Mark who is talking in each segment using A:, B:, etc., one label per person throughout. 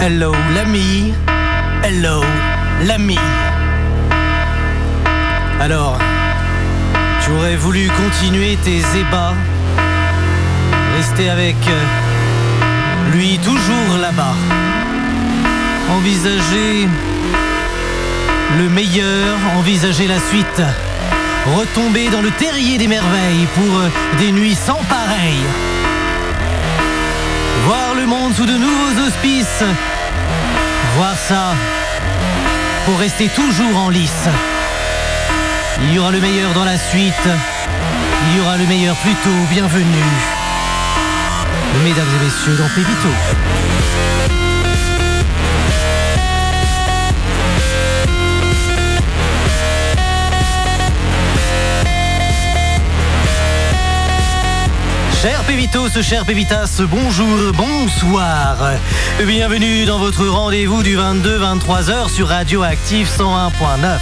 A: Hello l'ami, hello l'ami. Alors, j'aurais voulu continuer tes ébats, rester avec euh, lui toujours là-bas, envisager le meilleur, envisager la suite, retomber dans le terrier des merveilles pour euh, des nuits sans pareilles, voir le monde sous de nouveaux auspices, voir ça pour rester toujours en lice. Il y aura le meilleur dans la suite, il y aura le meilleur plus tôt, bienvenue. Mesdames et messieurs, dans Pépito. Cher Pévitos, cher Pévitas, bonjour, bonsoir. Bienvenue dans votre rendez-vous du 22-23h sur Radio Active 101.9.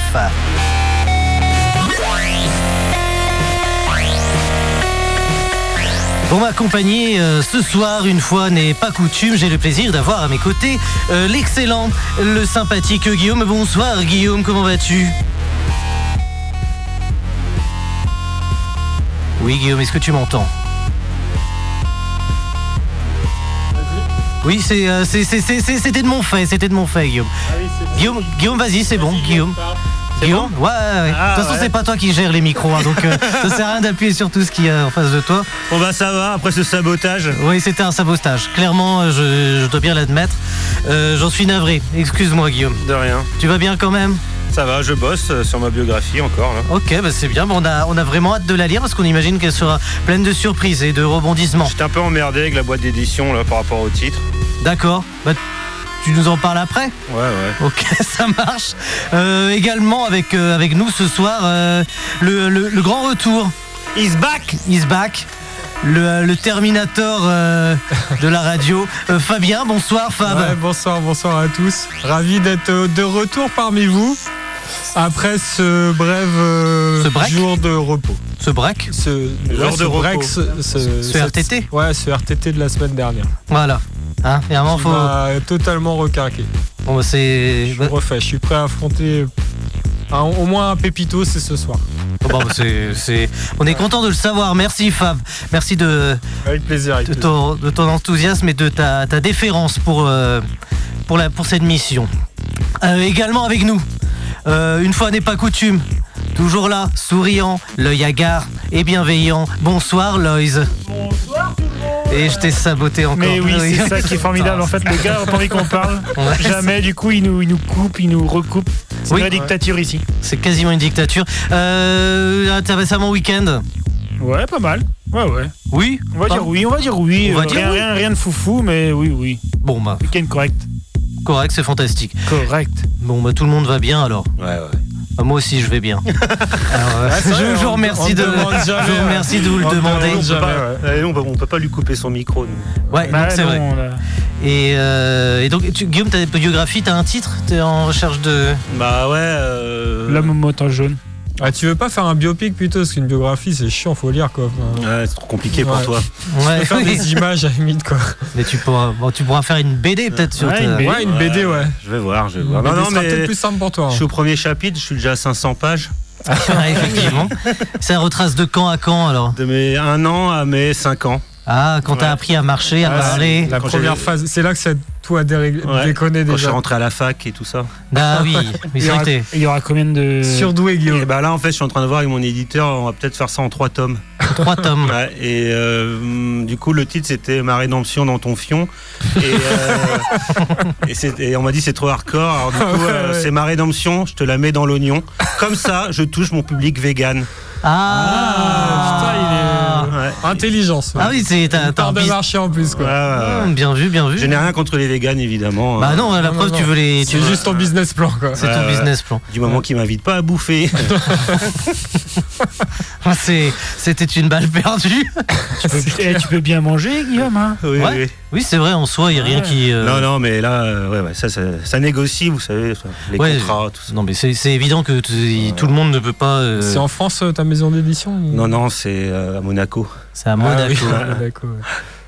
A: Pour m'accompagner euh, ce soir, une fois n'est pas coutume, j'ai le plaisir d'avoir à mes côtés euh, l'excellent, le sympathique Guillaume. Bonsoir Guillaume, comment vas-tu Oui Guillaume, est-ce que tu m'entends Oui, c'est, euh, c'est- c'est- c'est- c'est- c'était de mon fait, c'était de mon fait, Guillaume. Guillaume, Guillaume, vas-y, c'est bon, Guillaume. Guillaume, ouais, ouais, ouais.
B: Ah,
A: de toute façon,
B: ouais.
A: c'est pas toi qui gères les micros, hein, donc euh, ça sert à rien d'appuyer sur tout ce qu'il y a en face de toi.
B: Bon bah ça va, après ce sabotage.
A: Oui, c'était un sabotage. Clairement, euh, je, je dois bien l'admettre. Euh, J'en suis navré. Excuse-moi, Guillaume.
B: De rien.
A: Tu vas bien quand même
B: Ça va, je bosse euh, sur ma biographie encore. là.
A: Ok, bah c'est bien. Bon, on, a, on a vraiment hâte de la lire parce qu'on imagine qu'elle sera pleine de surprises et de rebondissements.
B: J'étais un peu emmerdé avec la boîte d'édition là par rapport au titre.
A: D'accord Bah, Tu nous en parles après
B: Ouais ouais.
A: Ok, ça marche. Euh, également avec, euh, avec nous ce soir, euh, le, le- le grand retour,
B: Is back
A: is back, le, euh, le Terminator euh, de la radio. Euh, Fabien, bonsoir Fab.
C: Ouais, Ah bah, bonsoir, bonsoir à tous. Ravi d'être euh, de retour parmi vous après ce brève euh,
A: Ce break
C: jour de repos.
A: Ce break,
C: Ce
B: Jour
C: ce
B: de
C: break,
B: repos.
C: ce, ce- cette-
A: RTT.
C: Ouais, ce RTT de la semaine dernière.
A: voilà. Hein, et vraiment,
C: Qui
A: faut...
C: m'a totalement recarqué.
A: Bon, bah, c'est...
C: Je me refais, je suis prêt à affronter un- au moins un pépito, c'est ce soir.
A: Bon, bah, c'est- c'est- On est content de le savoir. Merci Fab. Merci de,
C: Avec plaisir. Avec
A: de
C: plaisir.
A: ton, de ton enthousiasme et de ta, ta déférence pour, euh, pour, la, pour cette mission. Euh, également avec nous, euh, une fois n'est pas coutume, toujours là, souriant, l'œil hagard et bienveillant. Bonsoir Loïs. Et je t'ai saboté encore.
D: Mais oui, c'est ça qui est formidable. En fait, le gars a pas envie qu'on parle.
A: Ouais, c'est-
D: Jamais, du coup, il nous, il nous coupe, il nous recoupe. C'est
A: Oui.
D: la dictature ici.
A: C'est quasiment une dictature. Euh, récemment week-end.
D: Ouais, pas mal. Ouais, ouais.
A: Oui.
D: On va
A: Pas-
D: dire oui, on va dire oui.
A: On va
D: Euh,
A: dire
D: rien,
A: oui.
D: rien, rien de foufou, mais oui, oui.
A: Bon bah
D: Week-end correct.
A: correct, c'est fantastique.
D: Correct.
A: Bon bah tout le monde va bien alors.
B: Ouais ouais.
A: Ah, Moi aussi, je vais bien. Alors, euh,
C: Ouais, c'est vrai,
A: je vous
C: on-
A: remercie
C: on
A: de,
C: demande
A: je
C: jamais,
A: vous
C: ouais.
A: remercie de vous le
C: On
A: demander.
C: demande jamais, ouais.
B: Eh non, bah, on peut pas lui couper son micro. nous.
A: Ouais,
D: Bah,
A: Eh, donc c'est
D: non,
A: vrai.
D: on a-
A: Et, euh, et donc, tu, Guillaume, t'as des biographies, t'as un titre, t'es en recherche de.
B: Bah ouais. euh,
D: L'homme au moteur jaune.
C: Ah, tu veux pas faire un biopic plutôt Parce qu'une biographie, c'est chiant, faut lire quoi. Enfin,
B: Ouais, c'est trop compliqué pour
C: Ouais.
B: toi.
C: je
A: Ouais,
C: peux faire des images à la limite quoi.
A: mais tu pourras, bon, tu pourras faire une BD peut-être sur.
D: Ouais,
A: ta-
D: une BD.
C: Ouais, une BD, ouais.
B: Je vais voir, je vais voir.
C: Une
B: Non,
C: BD
B: non,
C: sera peut-être
B: mais
C: plus simple pour toi. hein.
B: je suis au premier chapitre, je suis déjà à 500 pages.
A: Ouais, effectivement. Ça retrace de quand à quand alors
B: De mes 1 an à mes 5 ans.
A: Ah, quand t'as
B: Ouais.
A: appris à marcher, à
B: Ouais,
A: parler.
C: La
B: Quand
C: première
B: j'ai-
C: phase, c'est là que ça, tout a déré-
B: Ouais.
C: déconné
B: Quand je suis
C: déjà.
B: rentré à la fac et tout ça.
A: Ah oui, mais
D: Il y,
A: c'est vrai
D: aura,
A: que t'es-
D: il y aura combien de.
C: Surdoué Guillaume.
B: Et bah là, en fait, je suis en train de voir avec mon éditeur, on va peut-être faire ça en 3 tomes.
A: trois tomes.
B: Ouais, et euh, hum, du coup, le titre c'était Ma rédemption dans ton fion. Et, euh, et c'est- et on m'a dit c'est trop hardcore. Alors,
A: Ah
B: du coup,
C: ouais,
B: euh,
C: ouais.
B: c'est Ma rédemption, je te la mets dans l'oignon. Comme ça, je touche mon public vegan.
C: Ah,
A: Ah,
B: Ouais.
C: Intelligence. ouais.
A: Ah oui, c'est t'as-
C: Une
A: t'as un
C: part de
A: bis-
C: marché en plus quoi.
B: Ouais, ouais,
A: Hum, Bien vu, bien
B: ouais. Je
A: vu.
B: n'ai rien contre les vegans, évidemment.
A: Bah
B: hein,
A: non, à la
C: Non,
A: preuve,
C: non,
A: tu
C: non.
A: veux les. tu
C: C'est
A: veux-
C: juste ton business plan quoi.
A: C'est
B: Ouais,
A: ton
B: ouais.
A: business plan.
B: euh, Du moment qu'ils m'invitent pas à bouffer.
A: C'est- C'était une balle perdue.
D: tu, peux, eh, tu peux bien manger, Guillaume. Hein
B: Oui,
A: Ouais.
B: oui.
A: Oui, c'est vrai, en soi, il n'y a rien qui. euh,
B: Non, non, mais là, euh, ouais, ouais, ça, ça, ça négocie, vous savez, ça, les
A: Ouais.
B: contrats, tout ça.
A: Non, mais c'est c'est évident que t- tout le monde ne peut pas. euh,
C: C'est en France euh, ta maison d'édition ou-
B: Non, non, c'est euh, à Monaco.
A: C'est à
C: Ah
A: Monaco.
C: oui, Monaco, ouais.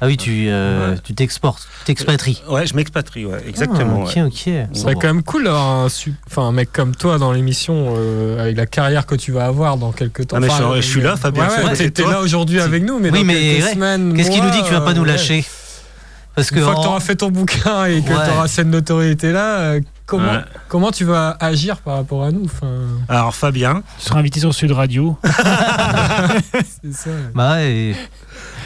A: Ah oui, tu euh, tu t'exportes, tu t'expatries.
B: Ouais, je m'expatrie, ouais, exactement.
A: Ah,
B: ouais.
A: ok, ok.
C: Ce
A: Bon,
C: serait
A: bon.
C: quand même cool d'avoir un, su- enfin, un mec comme toi dans l'émission, euh, avec la carrière que tu vas avoir dans quelques temps.
B: Ah, mais je suis-
C: Enfin, euh,
B: je suis là, Fabien,
C: Ouais,
B: c'est
C: ouais,
B: à côté
C: t'es
B: de
C: t'es
B: toi.
C: là aujourd'hui avec nous, mais
A: Oui,
C: dans
A: mais
C: quelques
A: ouais.
C: semaines,
A: Qu'est-ce qui nous
C: mois,
A: dit que tu vas pas nous
C: euh, ouais.
A: lâcher Parce que
C: Une fois que
A: en-
C: tu auras fait ton bouquin et que
A: Ouais.
C: tu auras cette notoriété là, comment,
B: Ouais.
C: comment tu vas agir par rapport à nous enfin,
B: Alors, Fabien,
D: Tu seras invité sur Sud Radio.
C: c'est ça.
A: bah ouais, et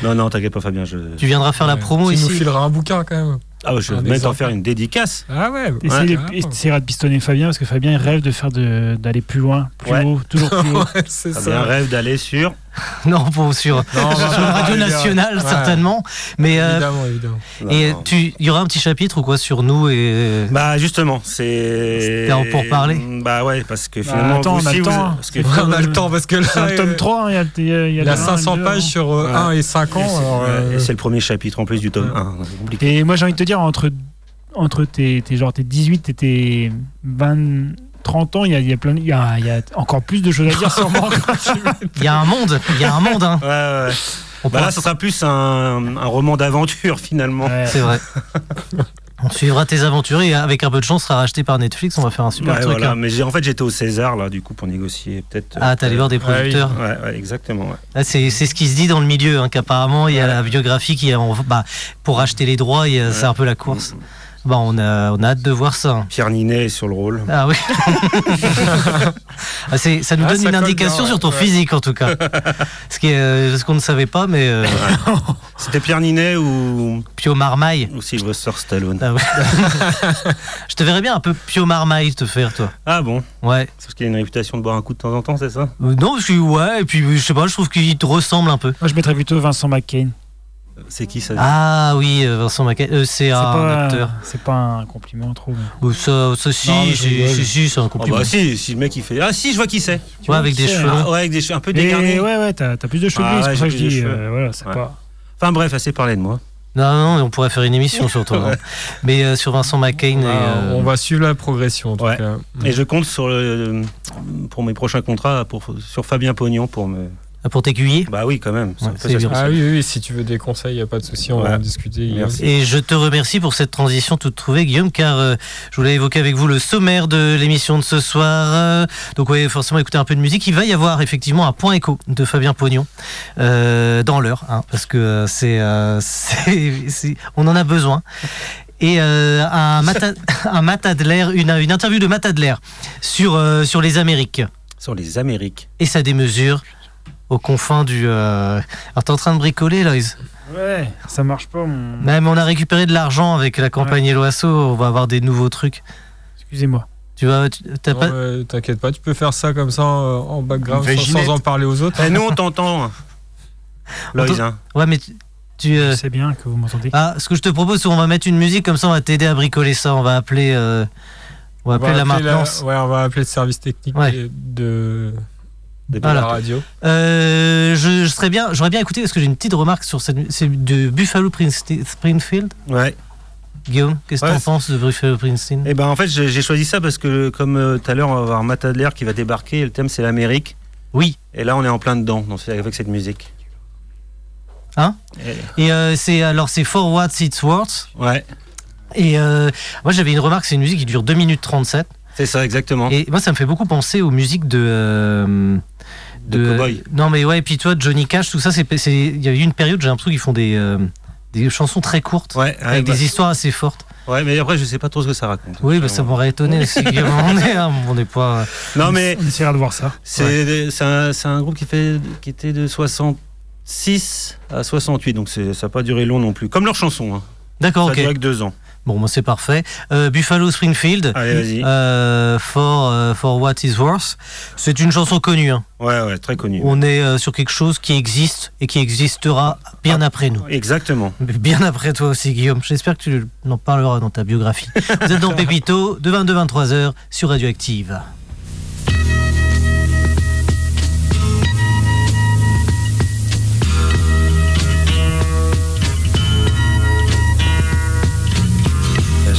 B: non, non, t'inquiète pas, Fabien, je,
A: tu viendras faire la
C: Ouais.
A: promo
C: tu nous
A: ici.
C: fileras un bouquin quand même.
B: ah, je
C: Un
B: vais même t'en
C: exemple.
B: faire une dédicace.
C: Ah ouais, ouais,
D: Essaye de-
C: carrément.
D: essaiera de pistonner Fabien parce que Fabien il rêve de faire de- d'aller plus loin, plus
B: Ouais.
D: haut, toujours plus haut.
C: Ouais, c'est
B: Fabien
C: ça.
B: rêve d'aller sur.
A: Non, pour sur
C: Non, bah,
A: sur Radio
C: évidemment.
A: Nationale
C: Ouais,
A: certainement. Mais euh,
C: Évidemment, évidemment.
A: et
B: Non.
A: tu, il y aura un petit chapitre ou quoi sur nous et euh,
B: Bah justement, c'est.
A: C'était en pourparler.
B: Bah ouais, parce que
D: Bah,
B: finalement,
D: attends,
B: vous
D: on a
B: aussi,
D: le
B: vous-
D: temps.
B: parce que-
D: C'est
C: on a le
D: euh,
C: temps parce que
D: C'est
C: là,
D: un tome
C: euh,
D: 3, hein, il y a- il y a, il y a
C: il a
D: le un, le
C: 500
D: deux,
C: pages
D: hein.
C: sur euh,
B: Ouais.
C: 1 et 5 ans. alors,
B: Ouais,
C: euh,
B: et c'est le premier chapitre en plus du tome
C: Ouais.
B: 1. c'est compliqué.
D: Et moi j'ai envie de te dire, entre, entre tes, tes, genre, tes 18 et tes 20, 30 ans, il y a, il y, a plein, il y, a, il y a encore plus de choses à dire sûrement.
A: il y a un monde, il y a un monde. Hein.
B: Ouais, ouais, ouais.
A: On
B: Bah
A: pourra-
B: là, ça sera plus un, un roman d'aventure finalement.
D: Ouais.
A: C'est vrai. On suivra tes aventures et avec un peu de chance, sera racheté par Netflix. On va faire un super
B: Ouais,
A: truc.
B: voilà.
A: hein.
B: Mais j'ai- en fait, j'étais au César là, du coup, pour négocier peut-être. euh,
A: Ah, t'as allé voir des
C: Ah oui.
A: producteurs.
B: Ouais, ouais, exactement. ouais.
A: Ah, c'est c'est ce qui se dit dans le milieu, hein, qu'apparemment il y a la biographie qui est en- bah, pour acheter les droits, il y a- c'est un peu la course. Bah, on, a, on a hâte de voir ça. hein.
B: Pierre Ninet est sur le rôle.
A: Ah oui. Ah, c'est- ça nous
C: Ah,
A: donne
C: ça
A: une
C: colle
A: indication
C: bien, ouais,
A: sur ton
C: ouais.
A: physique en tout cas. ce qui est, euh, ce qu'on ne savait pas, mais euh,
B: C'était Pierre Ninet ou,
A: Pio Marmaille.
B: ou Sylvester Stallone.
A: Ah, ouais. Je te verrais bien un peu Pio Marmaille te faire toi.
B: Ah bon
A: Ouais.
B: C'est parce qu'il a une réputation de boire un coup de temps en temps, c'est ça
A: Euh, Non, je suis ouais, et puis je sais pas, je trouve qu'il te ressemble un peu.
D: Moi je mettrais plutôt Vincent McCain.
B: C'est qui ça
A: Ah oui, euh, Vincent Macca, euh, c'est
D: C'est
A: un
D: pas,
A: acteur.
D: c'est pas un compliment trop. mais-
A: Bon, ça, ça, si,
D: Non, mais je
A: j'ai-
D: rigole.
A: si, si, c'est un
B: Ah
A: compliment.
B: bah si, si le mec il fait. Ah si, je vois qui c'est.
A: Tu vois, avec
D: qui
A: des
D: c'est,
A: cheveux
D: hein.
A: longs.
B: Ah, ouais, avec des cheveux un peu
D: Mais
B: dégarnis.
D: ouais, ouais, t'as, t'as plus de cheveux,
B: Ah
D: bleus, c'est
B: ouais,
D: pour ça que
B: j'ai
D: je
B: plus de
D: dis.
B: cheveux.
D: euh, voilà, c'est
B: Ouais.
D: pas.
B: Enfin bref, assez parlé de moi.
A: Non, non, non, on pourrait faire une émission sur toi. hein. Mais euh, sur Vincent McCain. et,
C: ah,
A: euh,
C: On va suivre la progression en tout
B: Ouais.
C: cas.
B: Et je compte sur le, pour mes prochains contrats pour, sur Fabien Pognon pour me.
A: Pour t'aiguiller.
B: Bah oui, quand même. c'est un
A: Ouais,
B: peu
A: c'est
B: ça,
A: bien.
B: pense.
C: Ah oui, oui, si tu veux des conseils, il n'y a pas de souci, on va
B: Ouais.
C: en discuter.
B: Merci.
A: Et je te remercie pour cette transition toute trouvée, Guillaume, car euh, je voulais évoquer avec vous le sommaire de l'émission de ce soir. Euh, donc, oui, forcément, écouter un peu de musique. Il va y avoir effectivement un point écho de Fabien Pognon euh, dans l'heure, hein, parce que euh, c'est, euh, c'est- c'est- on en a besoin. Et euh, un, mata, un Matadler, une, une interview de Matadler sur, euh, sur les Amériques
B: Sur les Amériques.
A: et sa démesure aux confins du. Euh... Alors, t'es en train de bricoler, Loïs
D: Ouais, ça marche pas. mon-
A: Ouais, mais on a récupéré de l'argent avec la campagne Eloasso, on va avoir des nouveaux trucs.
D: Excusez-moi.
A: Tu vas, tu- t'as
C: Non,
A: pas.
C: mais T'inquiète pas, tu peux faire ça comme ça euh, en background sans,
B: Vaginette.
C: sans en parler aux autres.
B: Et Eh, nous, on t'entend. Loïs, hein.
A: Ouais, mais tu. tu, euh,
D: Je sais bien que vous m'entendez.
A: Ah, ce que je te propose, c'est qu'on va mettre une musique comme ça, on va t'aider à bricoler ça. On va appeler. euh, On va
C: On va
A: appeler la
C: appeler
A: maintenance.
C: ouais, on va appeler le service technique
A: Ouais.
C: de- de,
B: Des
C: de la
A: Voilà.
C: radio.
A: Euh, je, je serais bien, j'aurais bien écouté parce que j'ai une petite remarque sur cette. C'est de Buffalo Prince- Springfield.
B: Ouais.
A: Guillaume, qu'est-ce que
B: Ouais,
A: t'en
B: c'est-
A: penses de Buffalo Princeton
B: Et ben en fait, j'ai j'ai choisi ça parce que comme euh, tout à l'heure, on va avoir Matt Adler qui va débarquer. et Le thème, c'est l'Amérique.
A: Oui.
B: Et là, on est en plein dedans donc c'est avec cette musique.
A: Hein
B: Et-
A: Et euh, c'est alors c'est For What It's Worth.
B: Ouais,
A: Et euh, moi j'avais une remarque, c'est une musique qui dure 2 minutes 37.
B: c'est ça, exactement.
A: Et moi, ça me fait beaucoup penser aux musiques de. euh,
B: De cow-boy.
A: Non, mais ouais, et puis toi, Johnny Cash, tout ça, c'est. c'est- Il y a eu une période, j'ai l'impression qu'ils font des, euh, des chansons très courtes.
B: Ouais, ouais,
A: Avec
B: bah-
A: des histoires assez fortes.
B: ouais, mais après, je sais pas trop ce que ça raconte.
A: Oui, bah, ça m'aurait étonné aussi. Guillaume, on est, hein, on n'est pas.
B: Non, mais
D: On essaiera de voir ça.
B: C'est c'est un, c'est un groupe qui, fait, qui était de 66 à 68, donc c'est- ça n'a pas duré long non plus. Comme leur chanson, hein.
A: D'accord,
B: ça
A: ok.
B: dure que deux ans.
A: Bon, moi, c'est parfait. Euh, Buffalo Springfield.
E: Ah,
B: Allez, vas-y.
A: euh, for, euh, for What Is Worth. C'est une chanson connue. hein.
B: Ouais, ouais, très connu.
A: On est euh, sur quelque chose qui existe et qui existera bien après nous.
B: Exactement.
A: Mais Bien après toi aussi, Guillaume. J'espère que tu en parleras dans ta biographie. Vous êtes dans Pépito, de 22-23h, sur Radioactive.
E: There's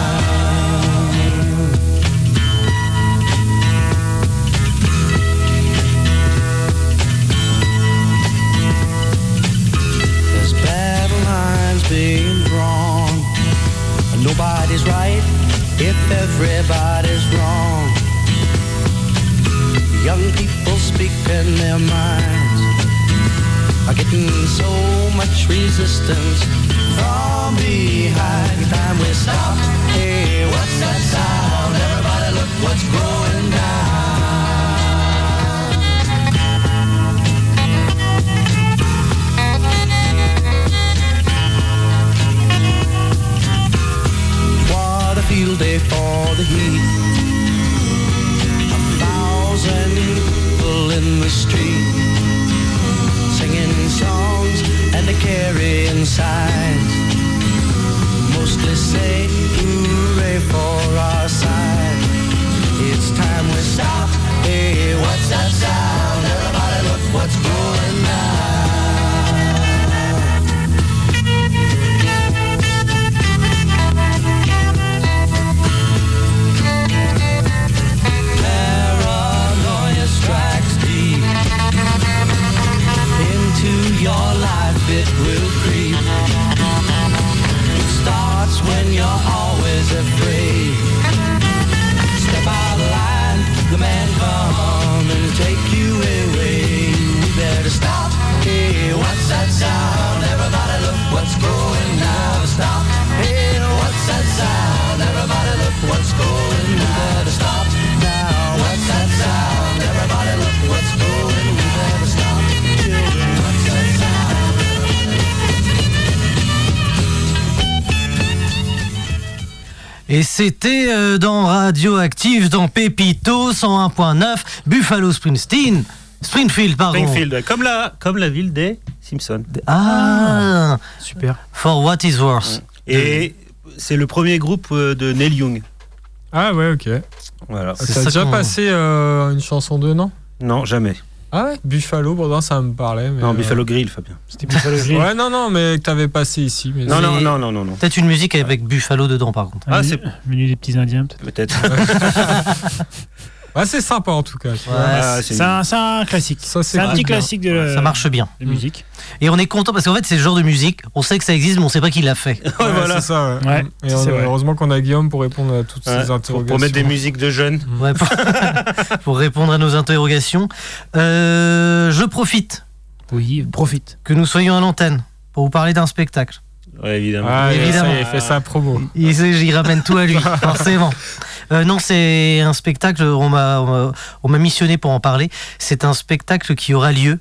E: There's battle lines being drawn. And nobody's right if everybody's wrong. Young people speaking their minds are getting so much resistance from behind. Time we stop. Hey, what's that sound? Everybody look what's growing down. What a field day for the heat. A thousand people in the street singing songs and they carrying signs. Mostly say hooray for our side. It's time we stop. Hey, what's that sound? Everybody look what's going down. Paranoia strikes deep into your life. It will creep. It starts when you're always afraid. Step out of line, the man come and take you away. We better stop. Hey, what's that sound? Everybody look what's going now. Stop. Hey, what's that sound? Everybody look what's going now. We better stop now. What's that sound? Everybody look what's going. We better stop. Children, what's that sound?
A: Et c'était euh, dans Radioactive, dans Pépito 101.9, Buffalo Springsteen, Springfield, pardon.
B: Springfield, ouais, comme la, comme la ville des Simpsons.
A: Ah,
D: Super.
A: For What Is Worth.
B: Et c'est le premier groupe euh, de Neil Young.
C: Ah ouais, ok.
B: Voilà.
A: C'est
C: Ah, Ça a
A: ça
C: déjà
A: qu'on-
C: passé euh, une chanson de non
B: Non, jamais.
C: Ah ouais, Buffalo, bon, non, ça me parlait. Mais,
B: Non,
C: euh,
B: Buffalo Grill, Fabien.
D: C'était Buffalo Grill.
C: Ouais, non, non, mais que t'avais passé ici. Mais
B: Non,
A: C'est-
B: non, non, non, non, non.
A: Peut-être une musique avec Buffalo dedans, par contre.
D: Un
B: Ah,
D: menu-
B: c'est-
D: Menu des petits indiens, peut-être.
B: Peut-être.
C: Ouais, ah, c'est sympa en tout cas. tu vois.
A: Ouais,
B: Ah, c'est
D: C'est un, c'est un classique.
C: Ça,
D: C'est un
C: cool.
D: petit classique de la
A: Ça marche bien.
D: de musique.
A: Et on est content parce qu'en fait, c'est le genre de musique, on sait que ça existe, mais on sait pas qui l'a fait.
C: Ouais,
B: Ouais, voilà.
C: C'est ça, ouais.
D: Ouais,
C: Et
D: c'est
C: on-
D: vrai.
C: heureusement qu'on a Guillaume pour répondre à toutes
B: Ouais,
C: ces
B: pour-
C: interrogations.
B: pour mettre des musiques de jeunes.
A: Ouais, pour, pour répondre à nos interrogations. Euh, je profite
D: Oui, profite.
A: que nous soyons à l'antenne pour vous parler d'un spectacle.
B: Ouais, évidemment.
C: Ah,
A: Évidemment.
C: évidemment. Il fait ça promo.
A: Il sait, j'y ramène tout à lui, forcément. Euh, non, c'est un spectacle, on m'a- on m'a on m'a missionné pour en parler. C'est un spectacle qui aura lieu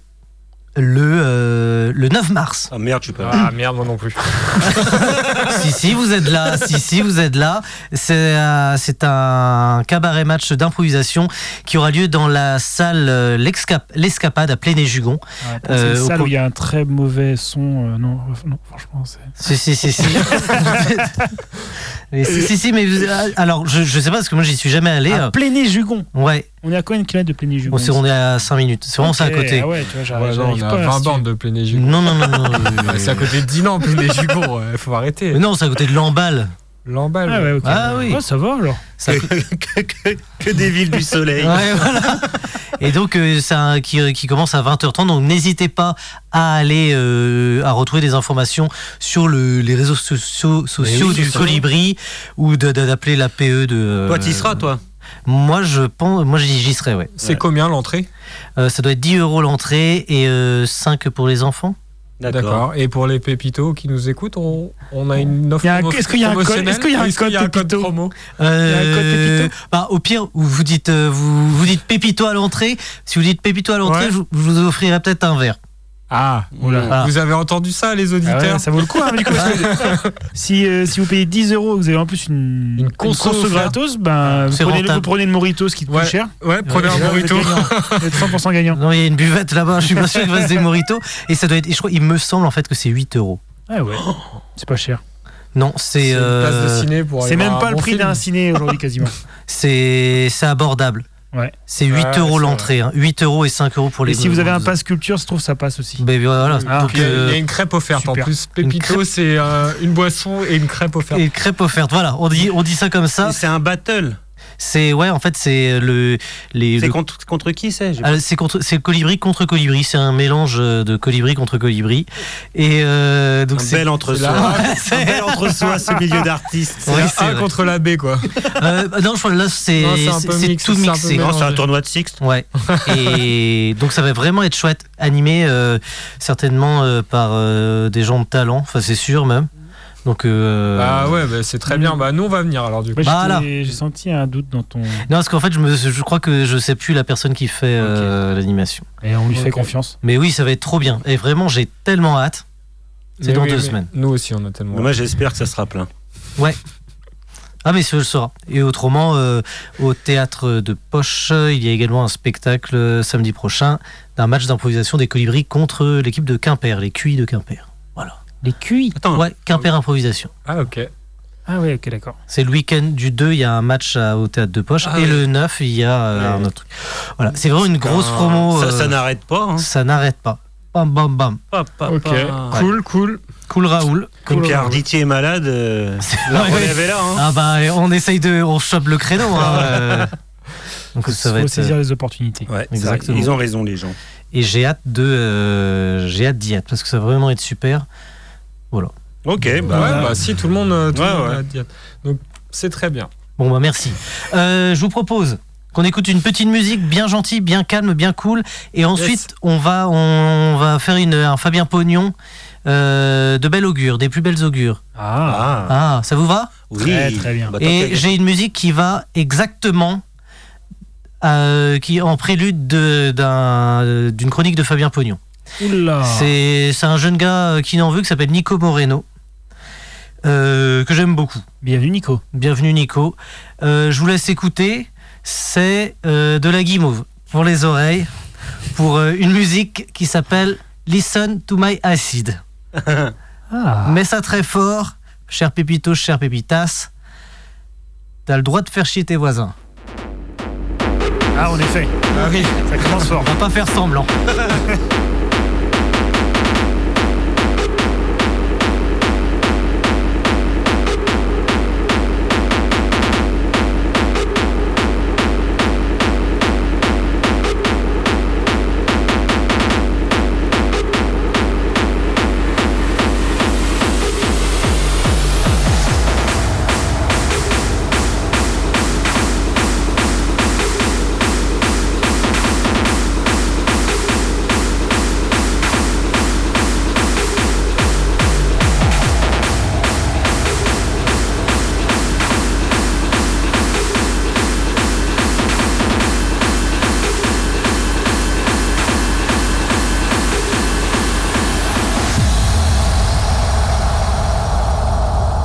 A: le, euh, le 9 mars.
B: Ah merde, tu peux.
C: Ah merde, moi non plus.
D: Ah.
A: si, si, vous êtes là, si, si, vous êtes là. C'est euh, c'est un cabaret match d'improvisation qui aura lieu dans la salle euh, L'Escap- L'Escapade à Plénéjugon.
D: Ouais, pour
A: Euh,
D: cette
A: au
D: salle
A: pro-
D: où il y a un très mauvais son. euh, non, ref- non, franchement, c'est.
A: Si, si, si, si. Mais si, si, si, mais vous- euh, alors, je, je sais pas, parce que moi, j'y suis jamais allé.
D: à
A: euh,
D: Plénéjugon.
A: Ouais,
D: On est à combien de kilomètres de Plénéjugon
A: on s'est on est à 5 minutes. C'est vraiment ça à
D: Ok,
A: côté.
D: Ah ouais, tu vois, j'arrive
C: Ouais, non, on
D: j'arrive
C: est à 20
D: pas. si tu-
C: bornes de Plénéjugon.
A: Non, non, non, non. non,
C: Ouais, C'est à côté de Dinan, Plénéjugon. ouais, Faut
A: Mais
C: arrêter.
A: non, c'est à côté de Lamballe.
C: L'emballe.
D: Ah ouais, ok.
A: Ah oui.
D: Oh, ça va alors.
A: C'est à côté-
B: que, que- que des villes du soleil.
A: Ouais, voilà. Et donc, euh, c'est un qui, qui commence à 20h30. Donc, n'hésitez pas à aller euh, à retrouver des informations sur le, les réseaux sociaux, sociaux
B: oui,
A: du
B: c'est ça.
A: Colibri ou de- de- d'appeler la PE de. euh,
B: Toi, t'y seras, toi.
A: Moi, je pense. Moi, j'y j'y serai, ouais.
C: C'est combien l'entrée
A: Euh, ça doit être 10 euros l'entrée et euh, 5 pour les enfants.
B: D'accord.
C: Et pour les pépitos qui nous écoutent, on, on a une offre
D: Il y a un-
C: promo-
D: est-ce qu'il y a un code-
C: promotionnelle
D: est-ce qu'il y a un code Pépito
C: promo
D: un code Pépito
A: Euh, bah, au pire, vous- vous dites, euh, vous, vous dites Pépito à l'entrée. Si vous dites Pépito à l'entrée,
C: Ouais.
A: je, vous- je vous offrirai peut-être un verre.
C: Ah,
B: Oula.
A: Voilà.
C: vous avez entendu ça, les
D: Ah ouais,
C: auditeurs
D: ça vaut le coup, hein, du coup. parce que
A: Ah.
D: si, euh, si vous payez 10 euros, vous avez en plus une,
C: Une conso offerte.
D: gratos, ben,
A: Ah,
D: vous,
A: C'est
D: prenez le,
A: rentable.
D: vous prenez le Moritos qui coûte
C: Ouais.
D: cher.
C: Ouais, prenez
A: Ouais.
C: un burrito.
D: Vous êtes gagnant. Vous êtes 100% gagnant.
A: Non, il y a une buvette là-bas, je suis pas sûr qu'il fasse des moritos. Et ça doit être, et je crois, il me semble en fait que c'est 8 euros.
D: Ah ouais, c'est pas cher.
A: Non, c'est.
C: C'est une place de
A: euh,
C: ciné pour aller
D: C'est
C: voir
D: même
C: un
D: pas le
C: bon
D: prix
C: film.
D: d'un ciné aujourd'hui quasiment.
A: C'est c'est abordable.
D: Ouais.
A: C'est 8
C: Ah,
A: euros
C: c'est
A: l'entrée, hein. 8 euros et 5 euros pour les Bah,
D: Et si vous avez un
A: pass
D: passe culture, ça se trouve, ça passe aussi.
A: ben, voilà.
D: Ah,
A: donc,
C: Il y, a, il y a
A: euh,
C: une crêpe offerte en
D: super.
C: plus.
A: Une
C: Pépito,
A: crêpe.
C: c'est euh, une boisson et une crêpe offerte.
A: et crêpe offerte, voilà, on dit, on dit ça comme ça.
B: Et C'est un battle.
A: C'est ouais, en fait, c'est le les
B: C'est
A: le-
B: contre, contre qui c'est j'ai-
A: Ah, c'est contre c'est colibri contre colibri, c'est un mélange euh, de colibri contre colibri et euh, donc
B: Un
A: c'est
B: bel entre-soi.
C: là.
B: Un bel entre-soi, ce milieu d'artistes.
C: C'est
A: oui,
C: la
A: c'est
C: A
A: vrai.
C: contre la B, quoi.
A: Euh, non, je crois que là c'est
C: Non, c'est un peu
A: c'est
C: mixé,
A: tout
C: c'est un peu
A: mixé.
C: mélangé.
B: Non, c'est un tournoi de Sixte.
A: Ouais. Et donc ça va vraiment être chouette, animé euh, certainement euh, par euh, des gens de talent, enfin c'est sûr même. Donc euh,
C: Ah ouais, bah, c'est très bien. Bah, nous, on va venir alors, du coup.
D: Moi, j'étais-
A: Voilà.
D: J'ai senti un doute dans ton.
A: non parce qu'en fait je, me, je crois que je sais plus la personne qui fait euh, l'animation.
D: Et on lui fait
C: Ok.
D: confiance.
A: Mais oui ça va être trop bien et vraiment j'ai tellement hâte. C'est
C: Mais
A: dans
C: oui,
A: deux
C: mais
A: semaines.
C: Nous aussi, on a tellement.
B: Mais Moi, j'espère que ça sera plein.
A: Ah mais ce le sera. Et autrement euh, au théâtre de Poche il y a également un spectacle euh, samedi prochain d'un match d'improvisation des Colibris contre l'équipe de Quimper, les QI de Quimper.
D: Les cuits
B: Attends,
A: Ouais Quimper improvisation.
C: Ah, ok.
D: Ah ouais, ok, d'accord.
A: C'est le week-end du 2, il y a un match à- au théâtre de poche.
C: Ah
A: et
C: oui.
A: le 9, il y a euh,
C: Ouais.
A: un autre truc. Voilà, c'est vraiment une grosse
B: putain,
A: promo.
B: Ah, Ça,
A: euh,
B: ça n'arrête pas. hein.
A: ça n'arrête pas. Bam, bam, bam.
B: Pa, pa,
C: Ok.
B: pa.
C: Cool, cool.
A: Cool Raoul.
B: Comme Pierre Arditier est malade, euh, la
A: Ouais.
B: relève est là. hein.
A: Ah bah, on essaye de. On chope le créneau. hein, euh. Donc ça
D: Il
A: va être.
D: faut
A: euh,
D: saisir les opportunités.
B: Ouais,
A: Ah. Exactement.
B: Ils ont raison, les gens.
A: Et j'ai hâte de. euh, j'ai hâte d'y être parce que ça va vraiment être super.
B: Ok,
C: Bah, ouais,
B: bah,
C: bah, si, tout le monde, euh, tout le
B: Ouais,
C: monde
B: ouais.
C: a dit- Donc, c'est très bien.
A: Bon bah merci. Euh, je vous propose qu'on écoute une petite musique bien gentille, bien calme, bien cool, et ensuite on va on va faire une un Fabien Pognon euh, de bel augure, des plus belles augures.
D: Ah,
B: Ah,
A: Ah ça vous va
B: oui.
D: Très, très bien.
B: Bah, tant
A: Et
B: qu'à-
A: j'ai une musique qui va exactement euh, qui en prélude de- d'un- d'une chronique de Fabien Pognon.
D: Ah. oula
A: C'est c'est un jeune gars euh, qui n'en veut qui s'appelle Nico Moreno euh, que j'aime beaucoup.
D: Bienvenue, Nico.
A: Bienvenue Nico. Euh, je vous laisse écouter. C'est euh, de la guimauve pour les oreilles, pour euh, une musique qui s'appelle Listen to My Acid.
D: Ah,
A: Mets ça très fort, cher Pépito, cher Pépitas. T'as le droit de faire chier tes voisins.
D: ah en effet.
C: Ah oui.
D: Ça commence fort.
A: On va pas faire semblant.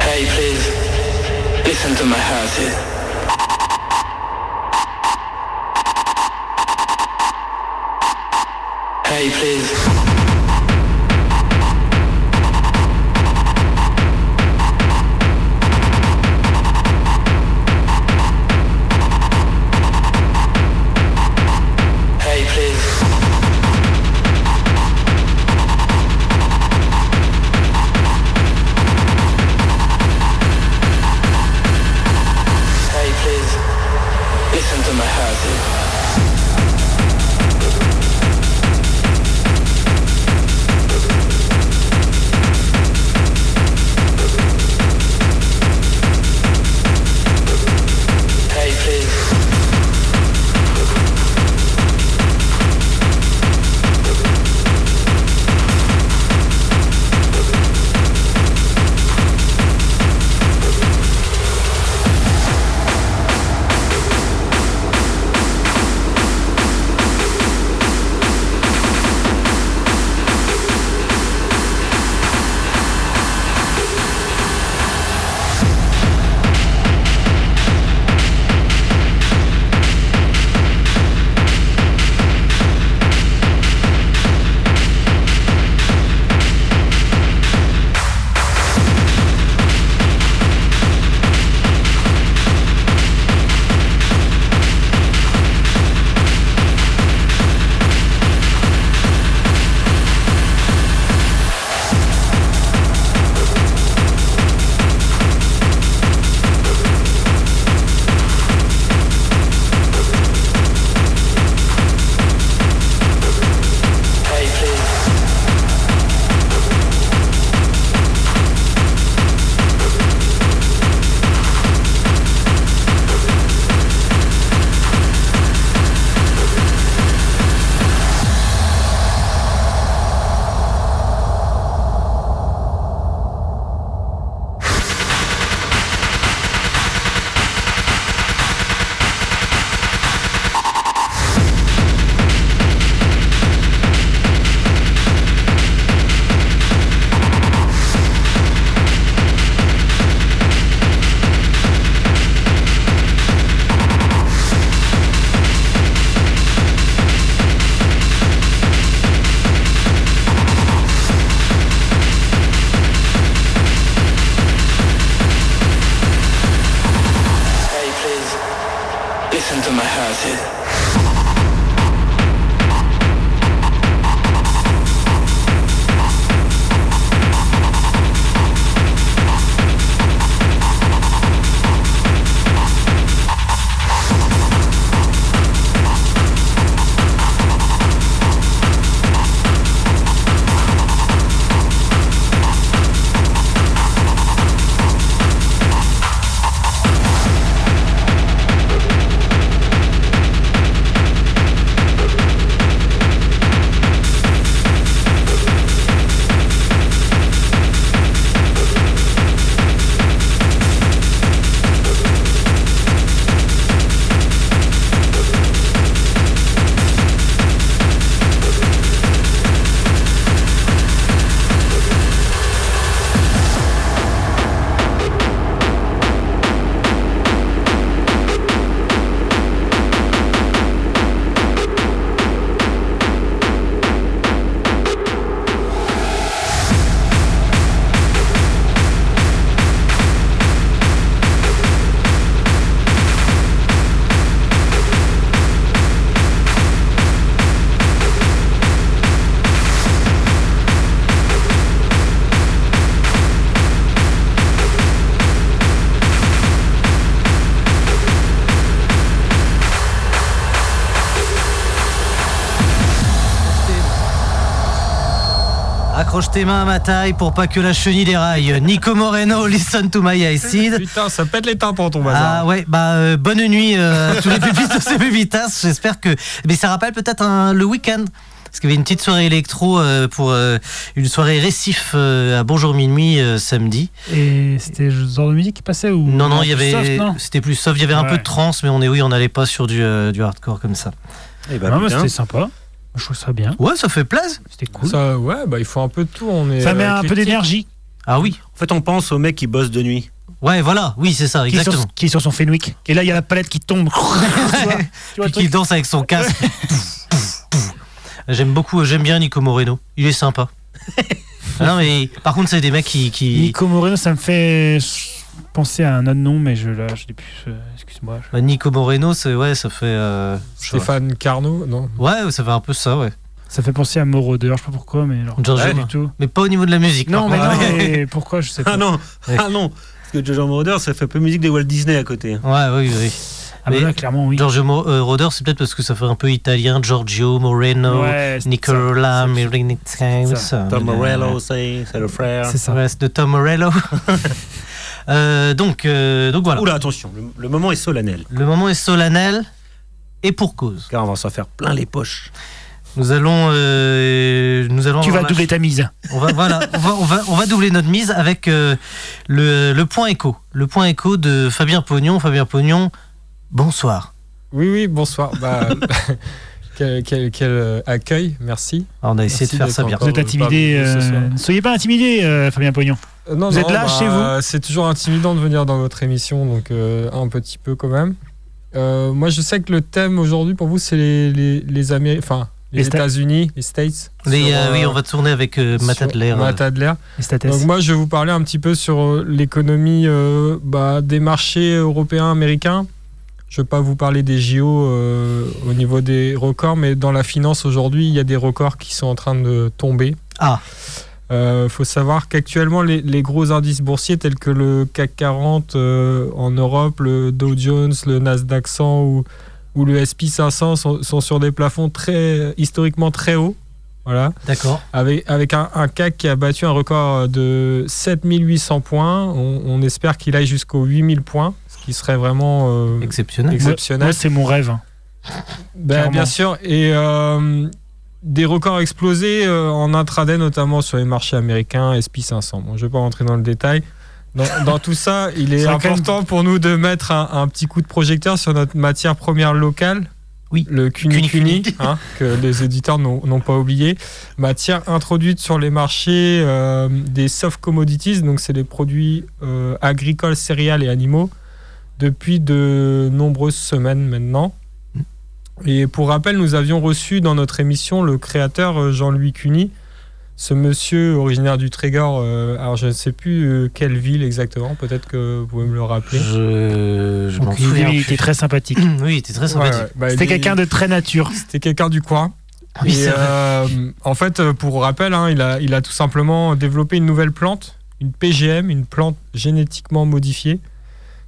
F: Hey, please, listen to my heart. Hey, please. Hey, please. Hey, please. Listen to my heart. Hey, please. to my heritage.
A: Accroche tes mains à ma taille pour pas que la chenille déraille. Nico Moreno, listen to my acid.
C: Putain, ça pète les tympans ton bazar.
A: Ah ouais, bah euh, bonne nuit euh, à tous les pupitres de ces pupitas. J'espère que. Mais ça rappelle peut-être un- le week-end. Parce qu'il y avait une petite soirée électro euh, pour euh, une soirée récif euh, à Bonjour Minuit euh, samedi.
D: Et c'était ce genre de musique qui passait ou
A: Non, non, il y
D: Ah, plus soft,
A: avait.
D: non
A: C'était plus soft. Il y avait un
D: Ouais.
A: peu de trance, mais on est oui, on n'allait pas sur du, euh, du hardcore comme ça.
B: Eh
A: Bah,
B: ben,
D: Non, mais
B: putain.
D: c'était sympa. Je trouve ça bien.
A: Ouais, ça fait plaisir.
D: C'était cool. Ça,
C: Ça, ouais, bah il faut un peu de tout. On est
D: met
C: euh,
D: un peu
C: éclectique.
D: d'énergie.
A: Ah oui.
B: En fait, on pense aux mecs qui bossent de nuit.
A: Ouais, voilà. Oui, c'est ça,
D: Qui est,
A: exactement.
D: sur, qui est sur son Fenwick. Et là, il y a la palette qui tombe. tu vois, tu vois le
A: Puis qu'il
D: truc
A: danse avec son casque. Pouf, pouf, pouf. J'aime beaucoup, j'aime bien Nico Moreno. Il est sympa. Ah non mais par contre c'est des mecs qui, qui-
D: Nico Moreno, ça me fait penser à un autre nom, mais je là, je l'ai plus. euh, Excuse-moi. je-
A: Bah, Nico Moreno c'est ouais ça fait euh, je sais pas.
C: Stéphane Carnot, non
A: ouais ça fait un peu ça ouais
D: Ça fait penser à Moroder, je sais pas pourquoi, mais alors.
A: Giorgio,
D: pas
A: non.
D: du tout.
A: mais pas au niveau de la musique
D: Non, mais
A: par
D: non,
A: contre.
D: mais pourquoi, je sais pas.
B: Ah non,
A: Ouais.
B: ah non. Parce que Jojo Moroder, ça fait un peu musique des Walt Disney à côté. hein.
A: ouais oui oui
D: Ah, bah
A: mais-
D: là, clairement, oui.
A: Giorgio Mo- euh, Roder c'est peut-être parce que ça fait un peu italien Giorgio Moreno
D: Ouais, c'est
A: Nicola
D: ça, c'est-
A: Merinic-
D: ça.
A: ça.
B: Tom Morello, c'est c'est le frère.
D: C'est ça.
A: Ouais, c'est de Tom Morello Euh, donc euh, donc voilà
B: Oula, attention, le, le moment est solennel.
A: le moment est solennel et pour cause
B: Car on va s'en faire plein les poches.
A: Nous allons, euh, nous allons.
D: Tu vas
A: avoir la-
D: doubler ta mise.
A: On va, voilà, on va, on va, on va doubler notre mise avec euh, le, le point écho, le point écho de Fabien Pognon. Fabien Pognon, bonsoir.
C: Oui, oui, bonsoir. Bah, quel, quel- quel, euh, accueil, merci.
A: Alors, on a essayé
C: Merci
A: de faire ça
C: d'être
A: bien.
C: encore-
D: Vous êtes
C: Pardon,
D: intimidé.
C: pardon, ce soir.
D: euh, Soyez pas intimidé, euh, Fabien Pognon.
C: Euh, non,
D: Vous
C: non,
D: êtes là,
C: bah,
D: chez vous
C: C'est toujours intimidant de venir dans votre émission, donc euh, un petit peu quand même. Euh, moi, je sais que le thème aujourd'hui pour vous, c'est les, les, les Amé- enfin, les,
D: Les Sta-
C: États-Unis, les States.
A: Mais,
C: sur,
A: euh, oui,
C: euh,
A: on va tourner avec euh,
C: sur
A: Matt Adler.
C: Matt Adler.
D: Les states.
C: Donc moi, je vais vous parler un petit peu sur euh, l'économie euh, bah, des marchés européens, américains. Je ne vais pas vous parler des JO euh, au niveau des records, mais dans la finance aujourd'hui, il y a des records qui sont en train de tomber.
A: Ah.
C: Il faut savoir qu'actuellement, les, les gros indices boursiers tels que le CAC 40 euh, en Europe, le Dow Jones, le Nasdaq 100 ou, ou le SP 500 sont, sont sur des plafonds très, historiquement très hauts. Voilà
A: D'accord.
C: avec, avec un, un CAC qui a battu un record de 7800 points. On, on espère qu'il aille jusqu'aux 8000 points, ce qui serait vraiment euh,
A: Exceptionnel.
C: exceptionnel.
D: Moi, c'est mon rêve.
C: Ben,
D: clairement.
C: bien sûr, et euh, des records explosés euh, en intraday, notamment sur les marchés américains, SP500. Bon, je ne vais pas rentrer dans le détail. Dans, dans tout ça, il est
D: Ça va quand
C: important pour nous de mettre un, un petit coup de projecteur sur notre matière première locale.
A: Oui.
C: Le
A: Cuni
C: cuni cuni, hein, que les éditeurs n'ont n'ont pas oublié. Matière introduite sur les marchés euh, des soft commodities, donc c'est les produits euh, agricoles, céréales et animaux, depuis de nombreuses semaines maintenant.
D: Mm.
C: Et pour rappel, nous avions reçu dans notre émission le créateur euh, Jean-Louis Cuny, ce monsieur originaire du Trégor, euh, alors je ne sais plus euh, quelle ville exactement, peut-être que vous pouvez me le rappeler.
A: Je, je
D: Donc,
A: m'en
D: il-
A: souviens.
D: il était
A: plus.
D: très sympathique.
A: Oui, il était très
C: Ouais,
A: sympathique.
C: ouais, bah,
D: C'était
C: il-
D: quelqu'un de très nature.
C: C'était quelqu'un du coin.
A: Ah Oui,
C: Et,
A: c'est vrai.
C: euh, en fait, euh, pour rappel, hein, il, a, il a tout simplement développé une nouvelle plante, une PGM, une plante génétiquement modifiée.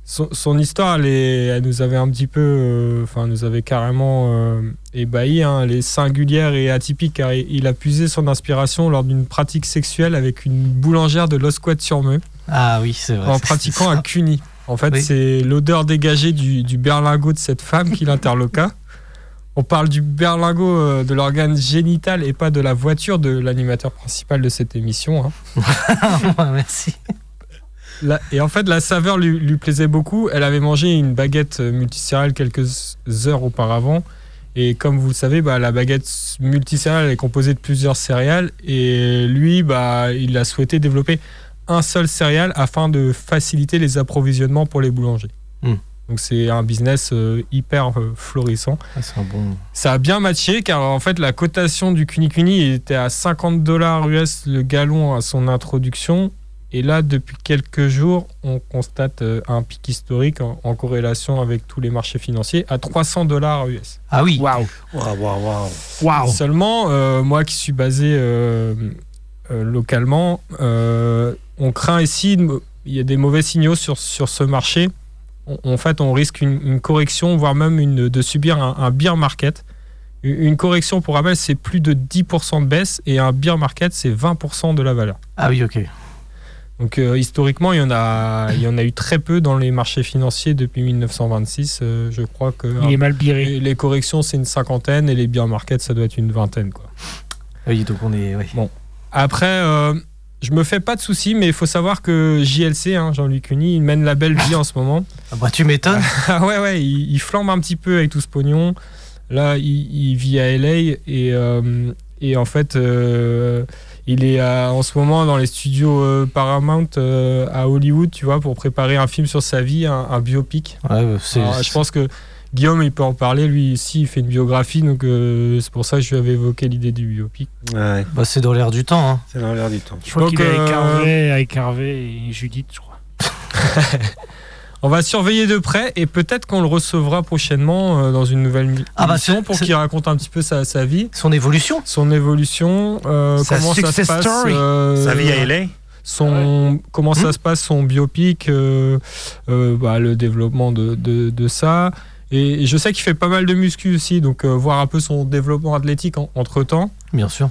C: Son, son histoire, elle, est- elle nous avait un petit peu, euh, enfin, elle nous avait carrément euh, ébahi. hein. elle est singulière et atypique car il, il a puisé son inspiration lors d'une pratique sexuelle avec une boulangère de l'Osquat-sur-Meu
A: Ah oui, c'est vrai.
C: en
A: c'est-
C: pratiquant
A: c'est
C: un
A: ça.
C: cuni. En fait,
A: Oui.
C: c'est l'odeur dégagée du, du berlingot de cette femme qui l'interloqua. On parle du berlingot euh, de l'organe génital et pas de la voiture de l'animateur principal de cette émission. hein.
A: Ouais, Merci.
C: La- et en fait, la saveur lui, lui plaisait beaucoup. Elle avait mangé une baguette euh, multicéréale quelques heures auparavant. Et comme vous le savez, bah, la baguette multicéréale est composée de plusieurs céréales. Et lui, bah, il a souhaité développer un seul céréal afin de faciliter les approvisionnements pour les boulangers.
A: Hmm.
C: Donc c'est un business euh, hyper euh, florissant.
A: Ah, c'est un bon.
C: Ça a bien matché car en fait la cotation du Kunikuni était à 50 dollars US le gallon à son introduction. Et là, depuis quelques jours, on constate euh, un pic historique en, en corrélation avec tous les marchés financiers à 300 dollars US.
A: Ah oui.
D: Waouh.
B: Waouh, waouh, waouh.
D: Waouh.
C: Seulement, euh, moi qui suis basé euh, euh, localement, euh, on craint ici, de- il y a des mauvais signaux sur, sur ce marché. On- en fait, on risque une, une correction, voire même une, de subir un, un bear market. Une une correction, pour rappel, c'est plus de 10% de baisse et un bear market, c'est 20% de la valeur.
A: Ah oui, ok.
C: Donc euh, historiquement, il y, en a, il y en a eu très peu dans les marchés financiers depuis 1926. euh, je crois que
D: Il est mal biré.
C: les, les corrections, c'est une cinquantaine et les bear markets, ça doit être une vingtaine. Quoi.
A: Ah Oui, donc on est. ouais.
C: Après, euh, je me fais pas de soucis, mais il faut savoir que JLC, hein, Jean-Luc Uni, il mène la belle vie en ce moment.
A: Ah bah, tu m'étonnes.
C: Ah ouais, ouais, il, il flambe un petit peu avec tout ce pognon. Là, il, il vit à LA et, euh, et en fait, euh, il est à- en ce moment dans les studios euh, Paramount euh, à Hollywood, tu vois, pour préparer un film sur sa vie, un, un biopic.
A: Ouais, bah, c'est-
C: Alors, Ah, je pense que Guillaume, il peut en parler. Lui, ici, il fait une biographie, donc euh, c'est pour ça que je lui avais évoqué l'idée du biopic.
B: Ouais,
A: bah, c'est dans l'air du temps. hein.
B: c'est dans l'air du temps.
D: Je crois
C: Donc,
D: qu'il est
C: euh,
D: avec Harvey, avec Harvey et Judith, je crois.
C: On va surveiller de près et peut-être qu'on le recevra prochainement euh, dans une nouvelle mi-
A: Ah bah,
C: émission
A: c'est-
C: pour
A: c'est-
C: qu'il raconte un petit peu sa, sa vie,
A: Son évolution.
C: son évolution, euh,
D: Sa
C: comment ça se
D: success
C: passe,
D: story.
C: euh,
B: Sa vie à Hmm. LA
C: son comment ça se passe, son biopic, euh, euh, bah, le développement de, de- de ça. Et je sais qu'il fait pas mal de muscu aussi, donc euh, voir un peu son développement athlétique entre temps.
A: Bien sûr.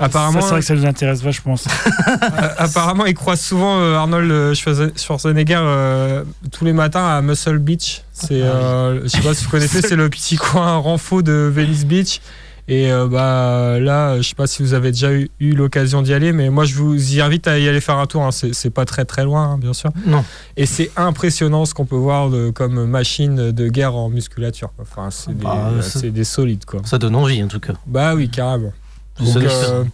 C: Apparemment,
D: Ça, c'est vrai que ça nous intéresse vachement. ça.
C: Euh, Apparemment, il croise souvent euh, Arnold euh, Schwarze- Schwarzenegger euh, tous les matins à Muscle Beach.
A: Ah,
C: C'est, euh, je sais pas si vous connaissez, c'est le petit coin renfaux de Venice Beach. Et euh, bah là, euh, je sais pas si vous avez déjà eu, eu l'occasion d'y aller, mais moi je vous y invite à y aller faire un tour. hein. C'est, c'est pas très très loin, hein, bien sûr.
A: Non.
C: Et c'est impressionnant ce qu'on peut voir de- comme machine de guerre en musculature. quoi. Enfin, c'est des,
A: Bah,
C: euh,
A: c'est-
C: c'est des solides quoi.
A: Ça donne envie, en tout cas.
C: Bah oui, carrément.
A: Ça
C: Donc,
A: donne-
C: euh,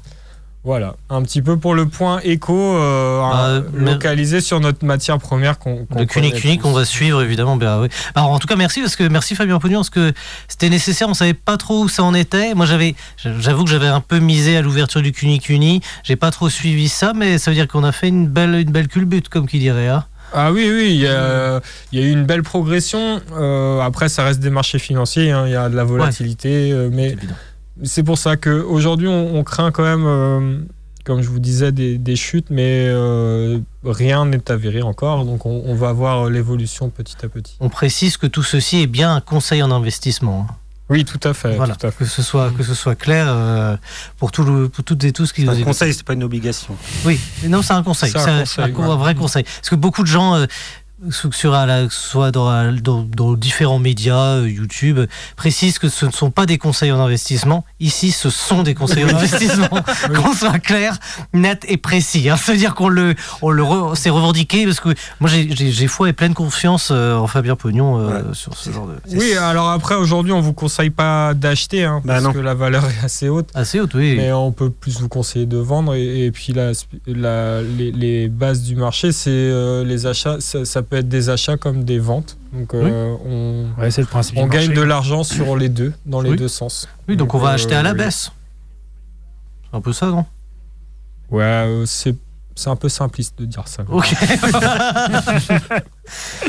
C: voilà, un petit peu pour le point éco euh,
A: Bah,
C: hein,
A: mais-
C: localisé sur notre matière première qu'on qu'on
A: Le Cunic
C: connaît
A: Cunic,
C: tous.
A: on va suivre évidemment. Ben, oui. Alors, en tout cas, merci parce que merci Fabien Pognon parce que c'était nécessaire. On savait pas trop où ça en était. Moi, j'avais, j'avoue que j'avais un peu misé à l'ouverture du Cunic Cuni. J'ai pas trop suivi ça, mais ça veut dire qu'on a fait une belle, une belle culbute, comme qui dirait. hein.
C: Ah oui, oui, il y, a- il y a eu une belle progression. Euh, après, ça reste des marchés financiers, hein, il y a de la volatilité, euh, mais
A: C'est évident.
C: C'est pour ça qu'aujourd'hui, on, on craint quand même, euh, comme je vous disais, des, des chutes, mais euh, rien n'est avéré encore. Donc, on, on va voir l'évolution petit à petit.
A: On précise que tout ceci est bien un conseil en investissement. hein.
C: Oui, tout à fait.
A: voilà,
C: tout à fait.
A: que ce soit que ce soit clair euh, pour tout le- pour toutes et tous qui
B: C'est
A: nous
B: un
A: écoutent.
B: conseil, c'est pas une obligation.
A: Oui, mais non, c'est un conseil.
C: C'est un
A: C'est un,
C: conseil,
A: un co-
C: ouais.
A: un vrai conseil. Parce que beaucoup de gens, euh, sous- sur, à la- soit dans, dans- dans différents médias, euh, YouTube, euh, précisent que ce ne sont pas des conseils en investissement. Ici, ce sont des conseils en investissement. Qu'on soit clair, net et précis. hein. C'est-à-dire qu'on le, on le re- s'est revendiqué parce que moi, j'ai- j'ai j'ai foi et pleine confiance euh, en Fabien Pognon euh, sur ce genre de.
B: C'est-
C: Oui, alors après, aujourd'hui, on vous conseille pas d'acheter, hein,
B: Bah
C: parce
B: non.
C: que la valeur est assez haute.
A: Assez haute, oui.
C: Mais on peut plus vous conseiller de vendre. Et, et puis, la, la- les, les bases du marché, c'est euh, les achats. Ça, ça peut être des achats comme des ventes. Donc, euh, on,
D: Ouais, c'est le principe.
C: on
D: du
C: gagne
D: marché.
C: de l'argent sur les deux, dans les
A: Oui.
C: deux sens.
A: Oui, donc on va
C: euh,
A: acheter à la
C: oui.
A: baisse. C'est un peu ça, non
C: Ouais, euh, c'est c'est un peu simpliste de dire ça.
A: Ok.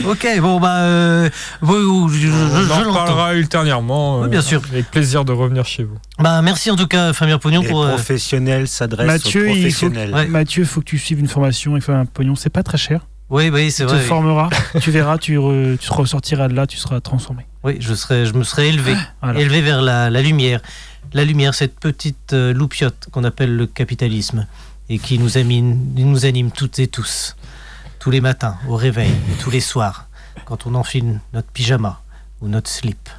A: ok, bon, bah. euh, vous- je, je-
C: On
A: je
C: en
A: l'entends.
C: parlera ultérieurement. euh,
A: Oui, bien sûr.
C: Avec plaisir de revenir chez vous.
A: Bah, merci en tout cas, Fabien Pognon,
B: Les
A: pour. euh,
B: professionnels s'adressent aux
D: Mathieu, il faut,
B: professionnels.
A: Ouais.
D: Mathieu, faut que tu suives une formation et faire un pognon. C'est pas très cher.
A: Oui, oui, c'est
D: Tu te
A: vrai. oui.
D: formeras, tu verras, tu, re- tu ressortiras de là, tu seras transformé.
A: Oui, je, serais, je me serais élevé.
D: Voilà.
A: Élevé vers la, la lumière. La lumière, cette petite euh, loupiote qu'on appelle le capitalisme et qui nous anime, nous anime toutes et tous, tous les matins, au réveil, et tous les soirs, quand on enfile notre pyjama ou notre slip.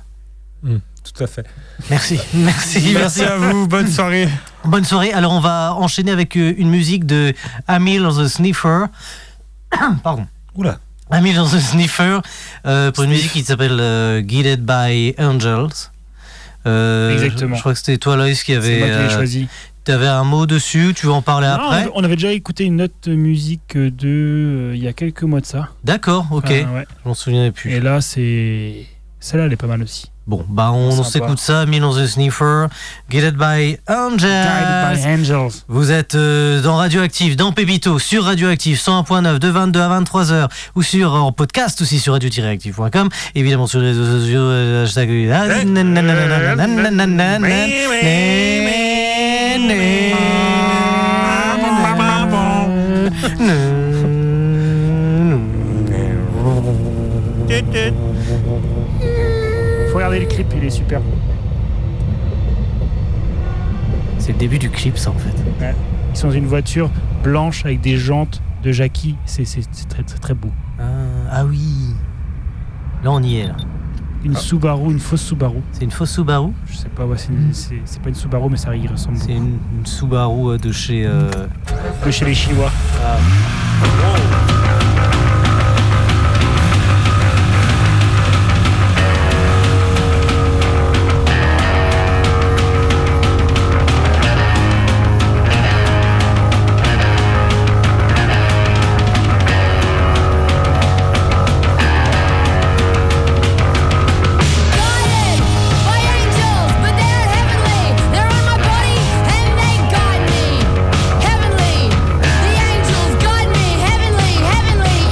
C: Tout à fait.
A: Merci, merci, merci.
C: Merci à vous. Bonne soirée.
A: Bonne soirée. Alors, on va enchaîner avec euh, une musique de Amil the Sniffer. Pardon.
B: Oula.
A: Amil the Sniffer euh, pour une
C: Sniff.
A: musique qui s'appelle euh, Guided by Angels. Euh,
D: Exactement.
A: Je, crois que c'était toi, Loïs, qui
D: C'est
A: avait.
D: moi qui l'ai
A: euh,
D: choisi.
A: tu avais un mot dessus. Tu veux en parler
D: Non,
A: après
D: on avait déjà écouté une autre musique de euh, il y a quelques mois de ça.
A: D'accord, ok.
D: Enfin, ouais.
A: Je m'en souviens plus.
D: Et là, c'est celle-là, elle est pas mal aussi.
A: Bon, bah, on
D: Sympa.
A: s'écoute ça. Amil the Sniffer, Guided by Angels.
D: Euh, Guided by Angels.
A: Vous êtes euh, dans Radioactive, dans Pépito, sur Radioactive 101.9 de 22 à 23h ou sur en podcast aussi sur radio-active.com, évidemment sur les réseaux sociaux euh, hashtag
D: Faut regarder le clip, il est super.
A: C'est le début du clip ça en fait.
D: Ils sont dans une voiture blanche avec des jantes de Jackie. C'est c'est- c'est très, très, très beau.
A: Ah, ah oui. Là on y est là. Ah.
D: Une Subaru, une fausse Subaru.
A: C'est une fausse Subaru
D: Je sais pas, ouais, c'est une- c'est c'est pas une Subaru, mais ça y ressemble.
A: C'est une, une Subaru euh, de chez euh,
D: De chez les Chinois.
G: Heavenly, heavenly, the angels guide me. Heavenly, heavenly,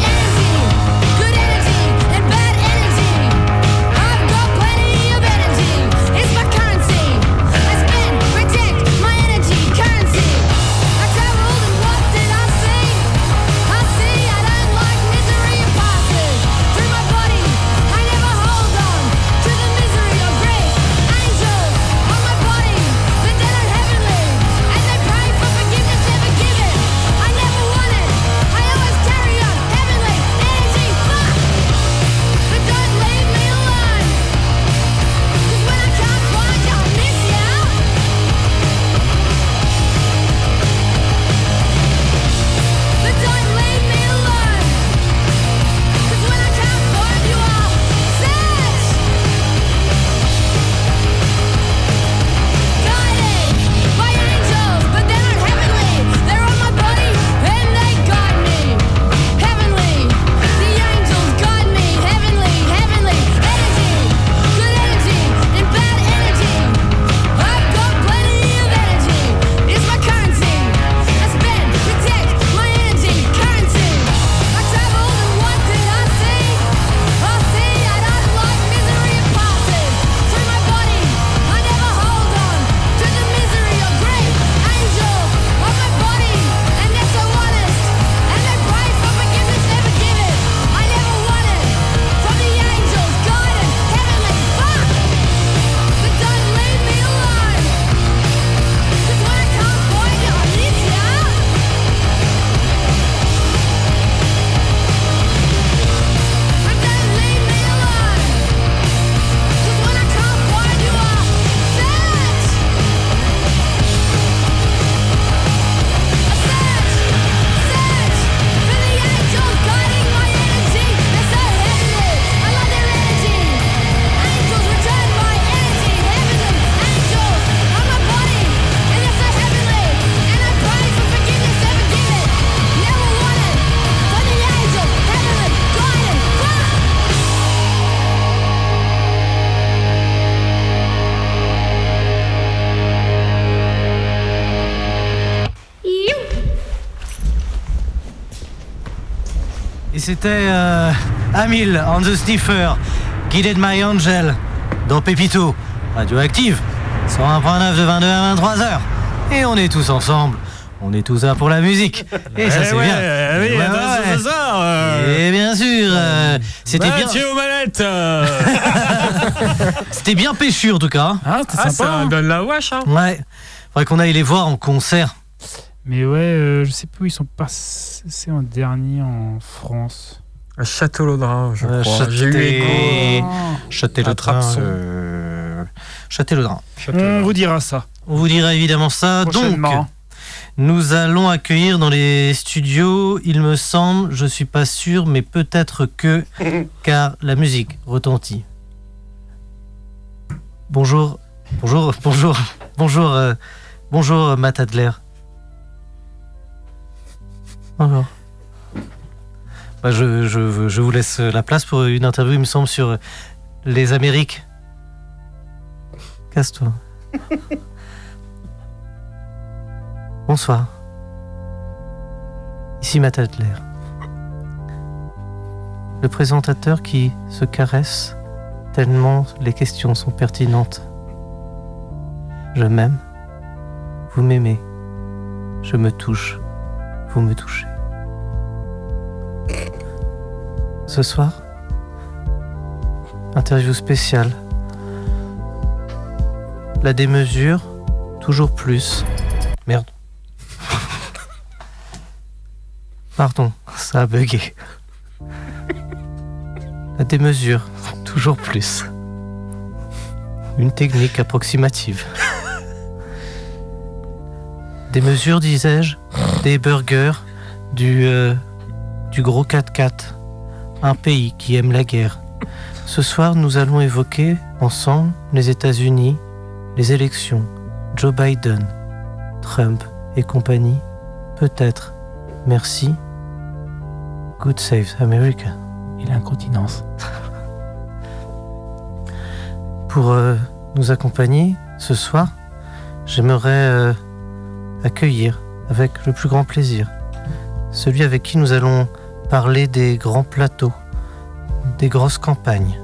A: c'était euh, Amil on the Sniffer, Guided My Angel, dans Pépito, radioactive, 101.9 de 22 à 23h. Et on est tous ensemble, on est tous là pour la musique. Et ça,
H: Eh
A: c'est
H: ouais,
A: bien.
H: eh oui,
A: Ouais,
H: attends,
A: ouais.
H: c'est ça, euh,
A: Et bien sûr, euh, c'était
D: Bah,
A: bien,
H: Mathieu aux manettes, euh.
A: c'était bien péchu en tout cas.
D: Ah, c'était
I: Ah,
D: sympa.
I: ça
D: hein.
I: donne la wesh, hein.
A: Ouais, faudrait qu'on aille les voir en concert.
D: Mais ouais, euh, je sais plus où ils sont passés en dernier en France.
I: Un château l'audrin, je
A: Euh,
I: crois. J'ai eu euh, l'écho.
A: Et-
D: Oh.
A: Châtel le
I: Attrape
A: train.
I: son.
A: euh, Châtel le train.
I: Mmh,
D: On vous dira ça.
A: On vous dira évidemment ça. Ah, Donc,
D: prochainement.
A: nous allons accueillir dans les studios, il me semble, je suis pas sûr, mais peut-être que, car la musique retentit. Bonjour, bonjour, bonjour, bonjour, euh, bonjour, euh, Matt Adler. Bonjour. Bah, je, je- je vous laisse la place pour une interview, il me semble, sur euh, les Amériques. Casse-toi. Bonsoir. Ici Matt Adler. Le présentateur qui se caresse tellement les questions sont pertinentes. Je m'aime. Vous m'aimez. Je me touche. Vous me touchez. Ce soir, interview spéciale. La démesure, toujours plus. Pardon, ça a bugué. La démesure, toujours plus. Une technique approximative. Des mesures, disais-je, des burgers, du, euh, du gros 4x4. Un pays qui aime la guerre. Ce soir, nous allons évoquer ensemble les États-Unis, les élections, Joe Biden, Trump et compagnie. Peut-être. Merci. Good Save America.
D: Il a incontinence.
A: Pour euh, nous accompagner ce soir, j'aimerais euh, accueillir avec le plus grand plaisir celui avec qui nous allons parler des grands plateaux, des grosses campagnes,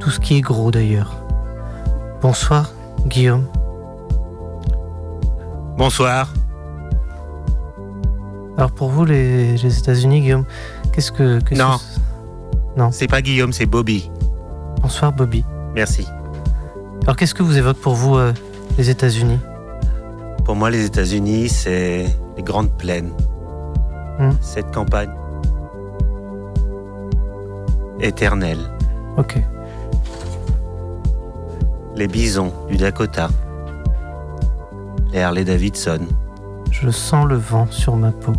A: tout ce qui est gros d'ailleurs. Bonsoir Guillaume.
H: Bonsoir.
A: Alors pour vous les, les États-Unis, Guillaume, qu'est-ce que... qu'est-ce
H: Non.
A: que-
H: C'est pas Guillaume, c'est Bobby.
A: Bonsoir Bobby.
H: Merci.
A: Alors qu'est-ce que vous évoque pour vous euh, les États-Unis
H: Pour moi, les États-Unis, c'est les grandes plaines.
A: Hmm.
H: Cette campagne éternelle.
A: Ok.
H: Les bisons du Dakota. Les Harley Davidson.
A: Je sens le vent sur ma peau.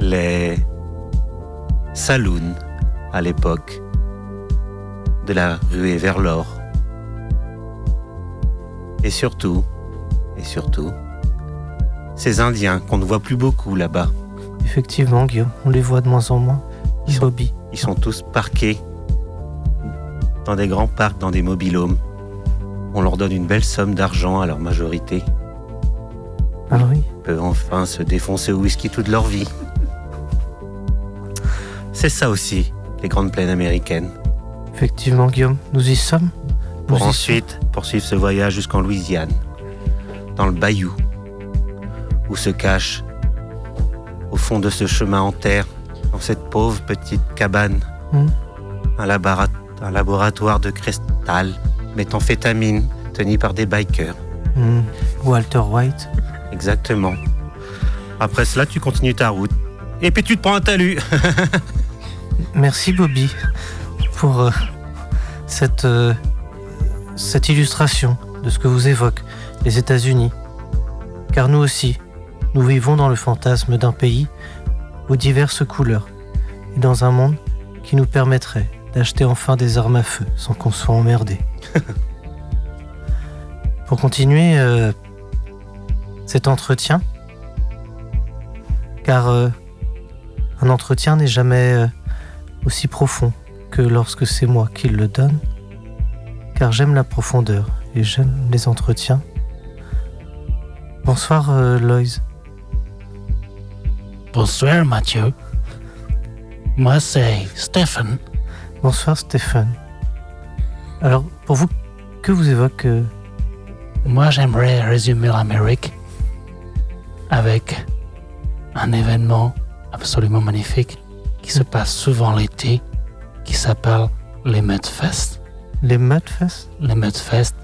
H: Les saloons à l'époque. De la ruée vers l'or. Et surtout, et surtout, ces Indiens qu'on ne voit plus beaucoup là-bas.
A: Effectivement, Guillaume, on les voit de moins en moins.
H: Ils sont-
A: Bobby.
H: Ils sont tous parqués dans des grands parcs, dans des mobilhomes. On leur donne une belle somme d'argent à leur majorité.
A: Ah oui.
H: Ils peuvent enfin se défoncer au whisky toute leur vie. C'est ça aussi, les grandes plaines américaines.
A: Effectivement, Guillaume, nous y sommes.
H: Pour
A: Nous y
H: ensuite poursuivre ce voyage jusqu'en Louisiane, dans le bayou, où se cache, au fond de ce chemin en terre, dans cette pauvre petite cabane,
B: Hmm.
A: Mm.
H: un, labora- un laboratoire de cristal, méthamphétamine, tenu par des bikers.
A: sommes. Hmm, Walter White.
H: Exactement. Après cela, tu continues ta route. Et puis tu te prends un talus.
A: Merci, Bobby, pour euh, cette, euh, cette illustration de ce que vous évoquent les États-Unis. Car nous aussi, nous vivons dans le fantasme d'un pays aux diverses couleurs et dans un monde qui nous permettrait d'acheter enfin des armes à feu sans qu'on soit emmerdé. Pour continuer euh, cet entretien, car euh, un entretien n'est jamais euh, aussi profond que lorsque c'est moi qui le donne, car j'aime la profondeur et j'aime les entretiens. Bonsoir euh, Loïs.
D: Bonsoir Mathieu.
G: Moi, c'est Stephen.
A: Bonsoir Stéphane. Alors, pour vous, que vous évoque euh,
G: Moi, j'aimerais résumer l'Amérique avec un événement absolument magnifique qui se passe souvent l'été, qui s'appelle les Medfest.
A: les Madfest
G: Les Medfest.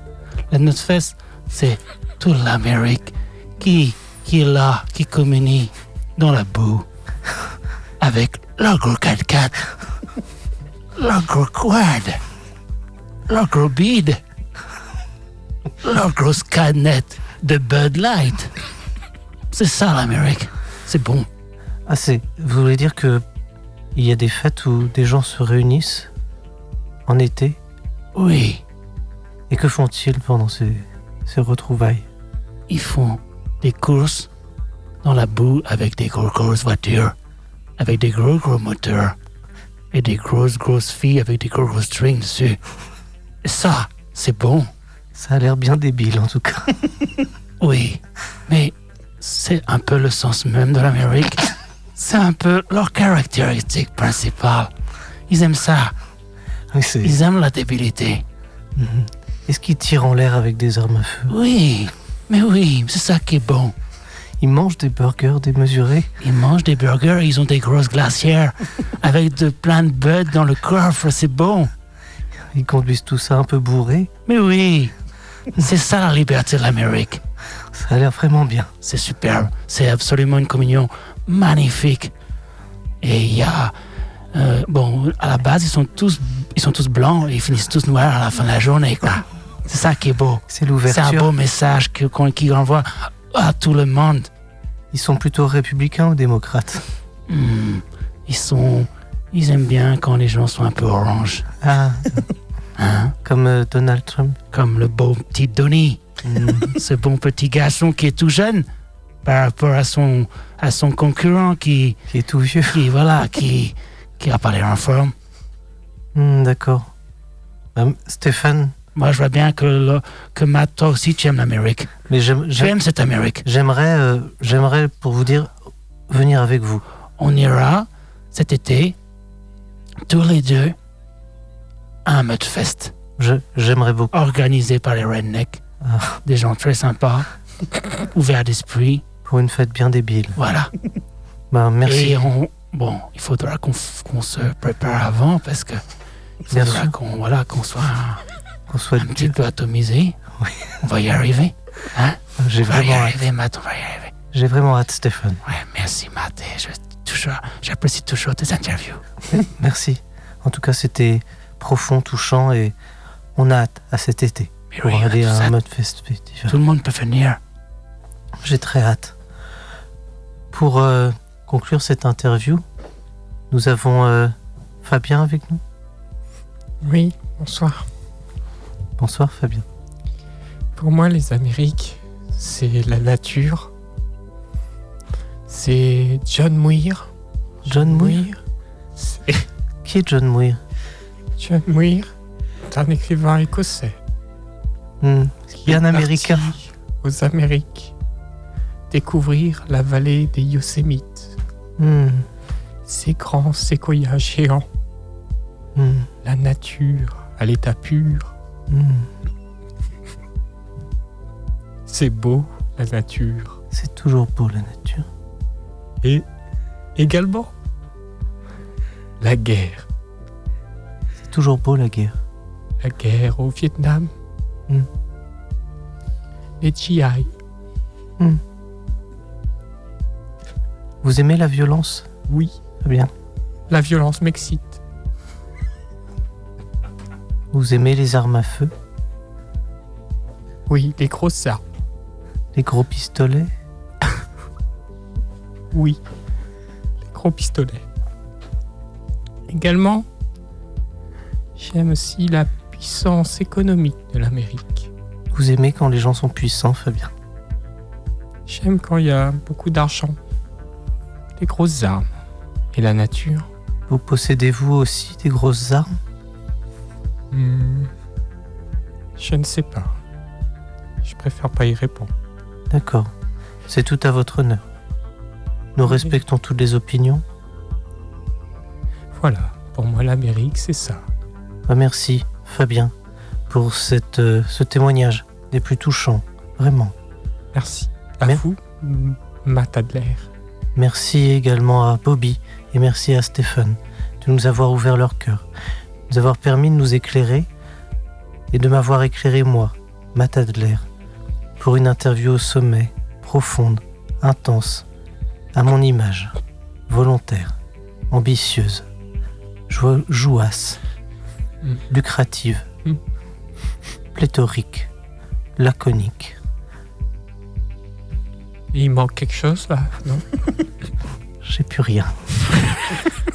G: Les Medfest, c'est toute l'Amérique qui, qui est là, qui communie dans la boue avec le gros 4x4, le gros quad, le gros bide, le gros canette de Bud Light. C'est ça l'Amérique. C'est bon.
A: Ah, c'est. Vous voulez dire que il y a des fêtes où des gens se réunissent en été
G: Oui,
A: et que font-ils pendant ces, ces retrouvailles
G: ils font des courses dans la boue avec des gros grosses voitures, avec des gros gros moteurs et des grosses grosses filles avec des gros gros strings dessus. Et ça, c'est bon.
A: Ça a l'air bien débile en tout cas.
G: Oui, mais c'est un peu le sens même de l'Amérique. C'est un peu leur caractéristique principale. Ils aiment ça.
A: Oui, c'est-
G: Ils aiment la débilité.
A: Mhm. Est-ce qu'ils tirent en l'air avec des armes à feu
G: Oui, mais oui, c'est ça Ah, qui est bon.
A: Ils mangent des burgers démesurés
G: Ils mangent des burgers, ils ont des grosses glacières avec de, plein de buds dans le coffre, c'est bon.
A: Ils conduisent tout ça un peu bourré
G: Mais oui, c'est ça la liberté de l'Amérique.
A: Ça a l'air vraiment bien.
G: C'est superbe. C'est absolument une communion magnifique. Et il y a. euh, bon, à la base, ils sont, tous, ils sont tous blancs et ils finissent tous noirs à la fin de la journée, quoi. C'est ça qui est beau.
A: C'est
G: C'est
A: l'ouverture.
G: un beau message que- qu'on qu'ils envoie à tout le monde.
A: Ils sont plutôt républicains ou démocrates
G: Hmm, Ils sont. Ils aiment bien quand les gens sont un peu orange.
A: Ah,
G: Hein?
A: comme euh, Donald Trump. Mhm.
G: Comme le beau petit Donny. ce bon petit garçon qui est tout jeune par rapport à son, à son concurrent qui,
A: qui est tout vieux.
G: qui voilà, qui, qui a pas l'air en forme.
A: Hmm, D'accord. Hum, Stéphane,
G: Moi, je vois bien que, le, que Matt, toi aussi, tu aimes l'Amérique.
A: mais j'aime-
G: Tu
A: j'aime-
G: aimes cette Amérique.
A: j'aimerais, euh, j'aimerais pour vous dire, venir avec vous.
G: On ira cet été, tous les deux, à un Mudfest
A: Je- J'aimerais beaucoup.
G: organisé par les Rednecks.
A: Ah.
G: Des gens très sympas, ouverts d'esprit.
A: Pour une fête bien débile.
G: Voilà.
A: Ben, merci.
G: Et on, bon, il faudra qu'on f- qu'on se prépare avant parce que il
A: Bien
G: faudra
A: sûr.
G: qu'on voilà, qu'on soit un,
A: Qu'on soit
G: un petit peu atomisé.
A: Oui.
G: On va y arriver. Hein
A: J'ai
G: on va y
A: vraiment, hâte.
G: arriver, Matt, on va y arriver.
A: j'ai vraiment hâte, Stéphane.
G: Ouais, merci, Matt. et je- toujours- J'apprécie toujours tes interviews.
A: Merci. En tout cas, c'était profond, touchant et on a hâte à cet été
G: Mais
A: pour
G: oui,
D: hein,
G: on a
A: aller
G: tous
A: à un
G: hâte.
A: mode festival.
G: Tout le monde peut venir.
A: J'ai très hâte. Pour euh, conclure cette interview, nous avons euh, Fabien avec nous.
I: Oui, bonsoir.
A: Bonsoir Fabien.
I: Pour moi, les Amériques, c'est la nature. C'est John Muir.
A: John Muir
I: C'est
A: Qui est John Muir
I: John Muir, c'est un écrivain écossais.
A: Hmm,
I: est
A: Bien
I: parti
A: américain.
I: Aux Amériques. Découvrir la vallée des Yosémites.
A: hmm,
I: Ces grands séquoias géants.
A: hmm,
I: La nature à l'état pur.
A: hmm.
I: C'est beau, la nature.
A: C'est toujours beau la nature.
I: Et également la guerre.
A: C'est toujours beau la guerre.
I: La guerre au Vietnam.
A: Mm.
I: Les GI.
A: Vous aimez la violence
I: Oui,
A: Fabien
I: la violence m'excite.
A: Vous aimez les armes à feu
I: Oui, les grosses armes.
A: Les gros pistolets
I: Oui, les gros pistolets. Également, j'aime aussi la puissance économique de l'Amérique.
A: Vous aimez quand les gens sont puissants Fabien
I: J'aime quand il y a beaucoup d'argent. Les grosses armes. Et la nature.
A: Vous possédez-vous aussi des grosses armes
I: Hmm. Je ne sais pas. Je préfère pas y répondre.
A: D'accord. C'est tout à votre honneur. Nous respectons toutes les opinions.
I: Voilà, pour moi l'Amérique, c'est ça.
A: Ah, merci, Fabien, pour cette, euh, ce témoignage des plus touchants. Vraiment.
I: Merci. À
A: Mer-
I: vous, M- Matadler.
A: Merci également à Bobby et merci à Stephen de nous avoir ouvert leur cœur, de nous avoir permis de nous éclairer et de m'avoir éclairé moi, Matt Adler, pour une interview au sommet, profonde, intense, à mon image, volontaire, ambitieuse, jo- jouasse,
I: Mm.
A: lucrative,
I: Mm.
A: pléthorique, laconique.
I: Il manque quelque chose là, non
A: J'ai plus rien.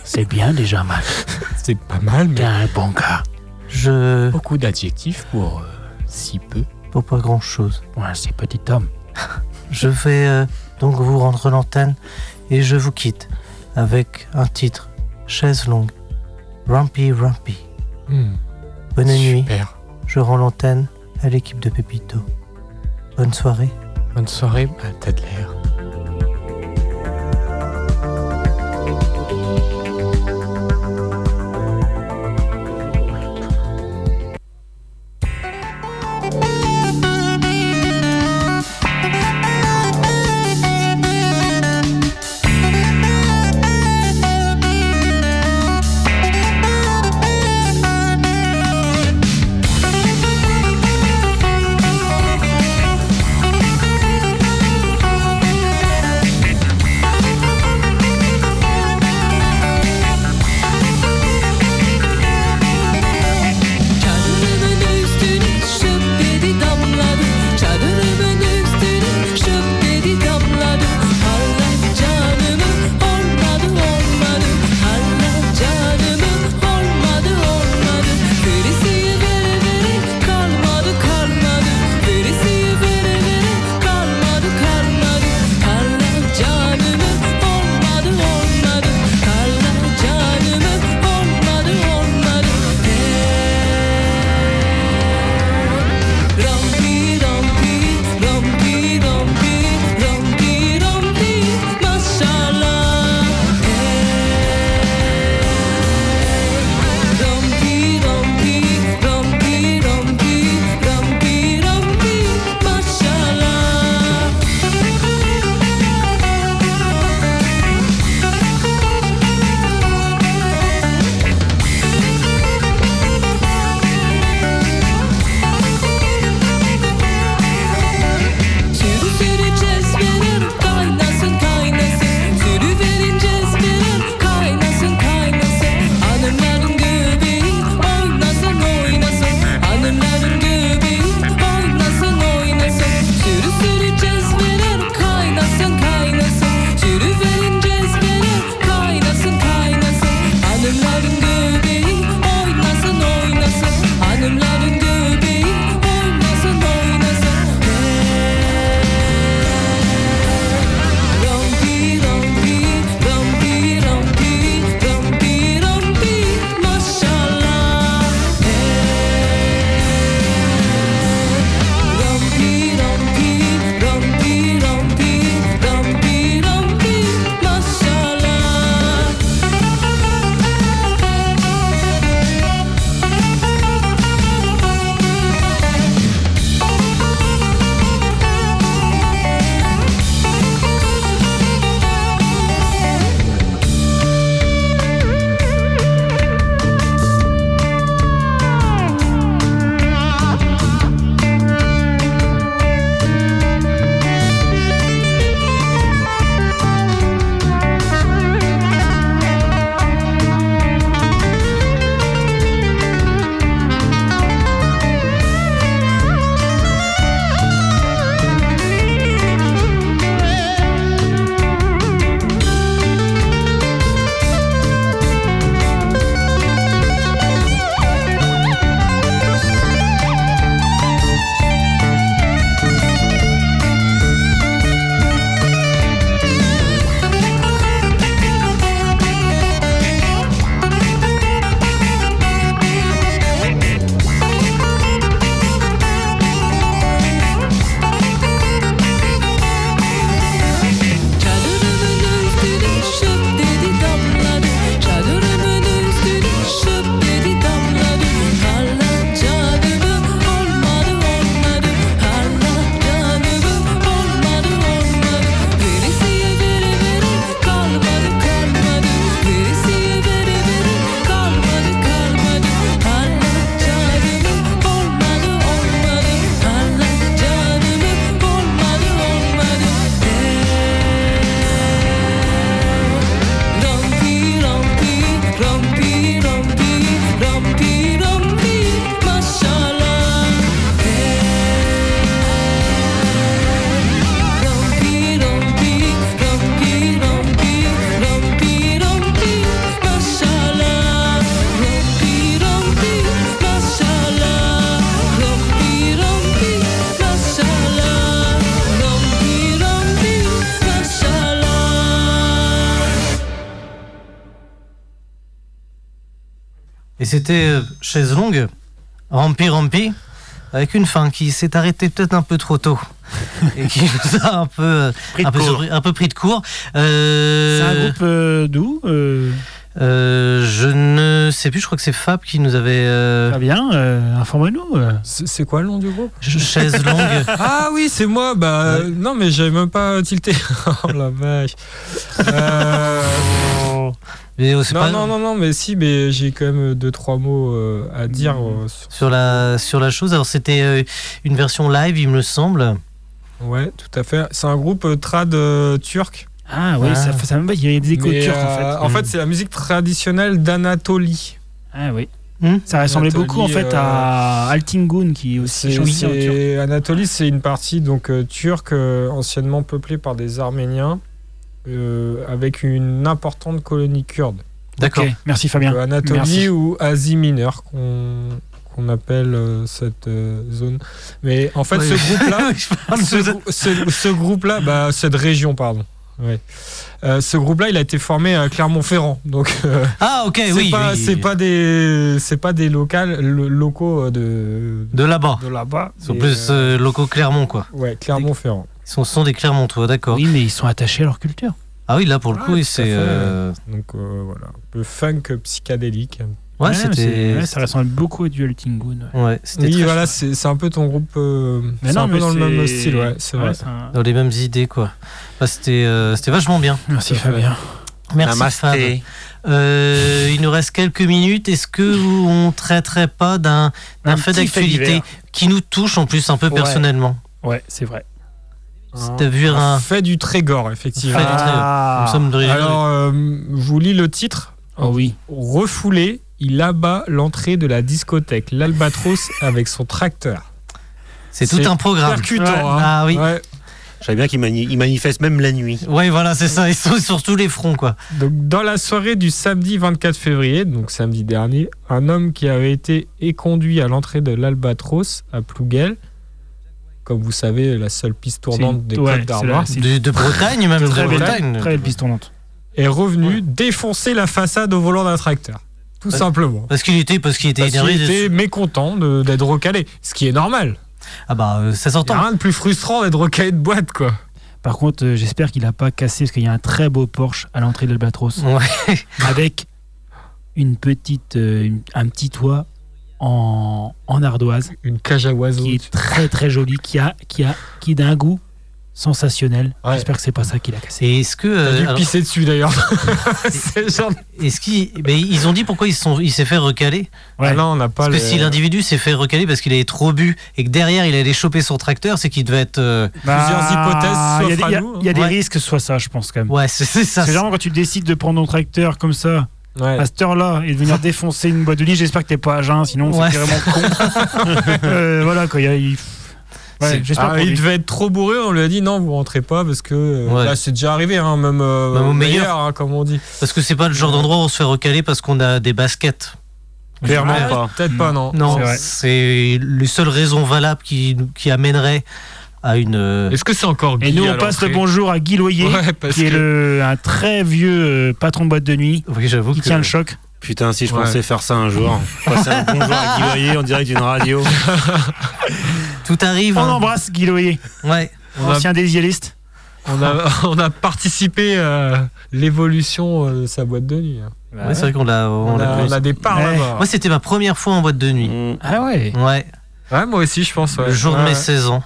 G: C'est bien déjà, Max.
I: C'est pas mal,
G: T'es
I: mais
G: un bon gars.
A: Je.
I: beaucoup d'adjectifs pour euh, si peu.
A: Pour pas grand chose.
G: Pour un si petit homme.
A: Je vais euh, donc vous rendre l'antenne et je vous quitte avec un titre Chaise longue, Rumpy Rumpy.
I: Hmm,
A: Bonne nuit,
I: Super.
A: je rends l'antenne à l'équipe de Pépito. Bonne soirée.
I: Bonne soirée, Matadler.
J: Thank
A: c'était euh, chaise longue, rampi rampi, avec une fin qui s'est arrêtée peut-être un peu trop tôt. et qui nous a un peu, euh,
B: Pris de
A: un, peu
B: court.
A: surpris- un peu pris de court.
D: C'est
A: Euh,
D: un groupe euh, d'où euh,
A: euh, je ne sais plus, je crois que c'est Fab qui nous avait. euh,
D: Très bien, euh, informe-nous. euh.
C: C'est c'est quoi le nom du groupe
A: ch- chaise longue.
C: Ah oui, c'est moi. Bah euh, non, mais j'avais même pas tilté. oh la vache. Euh,
A: Mais, euh, c'est
C: non,
A: pas-
C: non, non, non, mais si, mais j'ai quand même deux trois mots euh, à dire. euh, sur-
A: Sur la, sur la chose, alors c'était euh, une version live, il me semble.
C: Ouais, tout à fait. C'est un groupe euh, trad euh, turc.
D: Ah oui,
A: Ah.
D: ça, ça même pas, il y a des échos
C: Mais,
D: turcs en
C: euh,
D: fait.
C: en fait, c'est la musique traditionnelle d'Anatolie.
D: Ah oui.
A: Hmm.
D: Ça ressemblait
C: Anatoly,
D: beaucoup en fait à Altingun qui est aussi
C: euh, C'est-
D: jouissant en turc.
C: c'est- Anatolie, c'est une partie donc euh, turque euh, anciennement peuplée par des Arméniens, euh, avec une importante colonie kurde.
A: D'accord.
D: Ok, merci Fabien.
C: Euh, Anatolie
D: Merci.
C: ou Asie mineure qu'on qu'on appelle euh, cette euh, zone. Mais en fait,
A: Oui.
C: ce groupe-là,
A: Je parle
C: ce,
A: de-
C: grou- ce- ce groupe-là, bah, cette région, pardon. Ouais. Euh, ce groupe-là, il a été formé à Clermont-Ferrand, donc euh,
A: Ah, ok,
C: c'est
A: oui.
C: pas,
A: oui.
C: c'est pas des, c'est pas des locales, le- locaux euh, de,
A: De là-bas.
C: de là-bas.
A: Ils sont
C: Et,
A: plus
C: euh,
A: euh, locaux Clermont, quoi.
C: Ouais, Clermont-Ferrand.
A: Ils sont, sont des Clermontois, d'accord.
D: Oui, mais ils sont attachés à leur culture.
A: Ah oui, là, pour le
C: Ah,
A: coup,
C: tout à
A: c'est.
C: fait.
A: euh,
C: Donc euh, voilà, un peu funk psychédélique.
A: Ouais,
D: mais
A: c'était.
D: c'est- ouais, ça ressemble beaucoup à du Altingun.
A: Ouais, c'était
C: Oui,
A: très
C: voilà, c'est c'est un peu ton groupe. euh,
D: Mais
C: c'est
D: non,
C: un peu
D: mais
C: dans le
D: c'est-
C: même style, ouais, c'est vrai.
A: dans les mêmes idées, quoi. Bah, c'était, euh, c'était vachement bien.
D: Merci
C: Tout à fait.
D: Fabien.
A: Merci, Fab.
B: Namasté.
A: Euh, il nous reste quelques minutes. Est-ce que vous- on traiterait pas d'un, d'un
D: Un
A: fait
D: petit fait
A: d'actualité
D: divers.
A: qui nous touche en plus un peu
D: Ouais.
A: personnellement
D: Ouais, c'est vrai.
A: C'est-à-dire un.
C: Fait du Trégor, effectivement.
A: Ah. Fait du Trégor. Nous sommes de-
C: Ah. Alors, euh, je vous lis le titre.
D: Oh oui.
C: Refoulé, il abat l'entrée de la discothèque, l'Albatros, avec son tracteur.
A: c'est tout
C: c'est
A: un programme.
C: Percutant,
D: Ouais.
C: hein.
A: Ah oui.
C: Ouais.
B: Je savais bien qu'il mani- il manifeste même la nuit.
A: Ouais, voilà, c'est ça. Ils sont sur tous les fronts, quoi.
C: Donc, dans la soirée du samedi 24 février, donc samedi dernier, un homme qui avait été éconduit à l'entrée de l'Albatros à Plouguel, comme vous savez, la seule piste tournante
D: une-
C: des
D: ouais,
C: Côtes d'Armor,
D: C'est-
A: De, de Bretagne, même.
D: Très
A: de
D: belle,
A: Bretagne.
D: très belle piste tournante.
C: est revenu défoncer la façade au volant d'un tracteur. Tout
A: Ouais.
C: simplement.
A: Parce qu'il était, parce qu'il était
C: Parce
A: énervé.
C: qu'il était mécontent de- d'être recalé, ce qui est normal.
A: Ah bah, euh,
C: Y
A: ça
C: a
A: s'entend.
C: rien de plus frustrant d'être recalé de boîte, quoi.
D: Par contre, euh, j'espère qu'il a pas cassé parce qu'il y a un très beau Porsche à l'entrée de l'Albatros
A: Ouais.
D: avec une petite, euh, une- un petit toit en, en ardoise
C: Une cage à oiseaux.
D: qui est très très joli, qui a, qui a, qui est d'un goût sensationnel.
C: Ouais.
D: J'espère que c'est pas ça qu'il a cassé.
A: Et est-ce que.
C: T'as
A: euh,
C: dû
A: alors,
C: pisser dessus d'ailleurs. C'est genre.
A: est-ce qu'ils. mais ils ont dit pourquoi ils se sont- il s'est fait recaler.
D: Ouais.
C: Ah non, on n'a pas
A: Parce que
C: le-
A: si l'individu s'est fait recaler parce qu'il avait trop bu et que derrière il allait choper son tracteur, c'est qu'il devait être. euh,
C: Bah, Plusieurs hypothèses
D: il y a des-
C: s'offrent
D: Il y
C: à
D: a,
C: nous, hein.
D: il y a des
A: Ouais.
D: risques que ce soit ça, je pense quand même.
A: Ouais, c'est, c'est ça.
D: C'est vraiment quand tu décides de prendre ton tracteur comme ça,
C: Ouais.
D: à cette heure-là, et de venir défoncer une boîte de lit, j'espère que t'es pas à jeun, sinon
A: Ouais.
D: c'est vraiment con. Euh, voilà, quoi, il y a- il-
A: C'est-
D: Ouais, j'espère
C: Ah,
D: pour
C: il
D: lui.
C: devait être trop bourré, on lui a dit non, vous rentrez pas parce que euh,
A: Ouais.
C: là c'est déjà arrivé, hein, même, euh,
A: Même au meilleur.
C: hein, comme on dit.
A: Parce que c'est pas le genre d'endroit où on se fait recaler parce qu'on a des baskets.
B: Clairement
A: Ah,
B: pas.
C: Peut-être pas, non.
A: Non,
D: C'est vrai.
A: c'est les seules raisons valables qui, qui amènerait à une. euh,
C: Est-ce que c'est encore
D: Et nous, on passe le bonjour à Guy Loyer,
C: Ouais, parce
D: qui est
C: que-
D: le, un très vieux euh, patron de boîte de nuit,
A: Oui, j'avoue
D: qui
A: que.
D: tient le choc.
B: Putain, si je
C: Ouais.
B: pensais faire ça un jour. Passer un bonjour à Guy Loyer en direct d'une radio.
A: Tout arrive.
D: On
A: hein.
D: embrasse Guy Loyer,
A: Ouais.
C: On a,
D: ancien désiriste.
C: on a- on a participé à l'évolution euh, de sa boîte de nuit. hein.
A: Ouais, c'est vrai qu'on l'a.
C: On,
A: on l'a
C: a,
A: connu.
C: on a des parts
D: Ouais.
C: là-bas.
A: Moi, c'était ma première fois en boîte de nuit.
B: Mm.
D: Ah ouais
A: Ouais,
C: Ouais, moi aussi, je pense. ouais.
A: le jour de
C: Ouais,
A: mes
C: ouais.
A: 16 ans.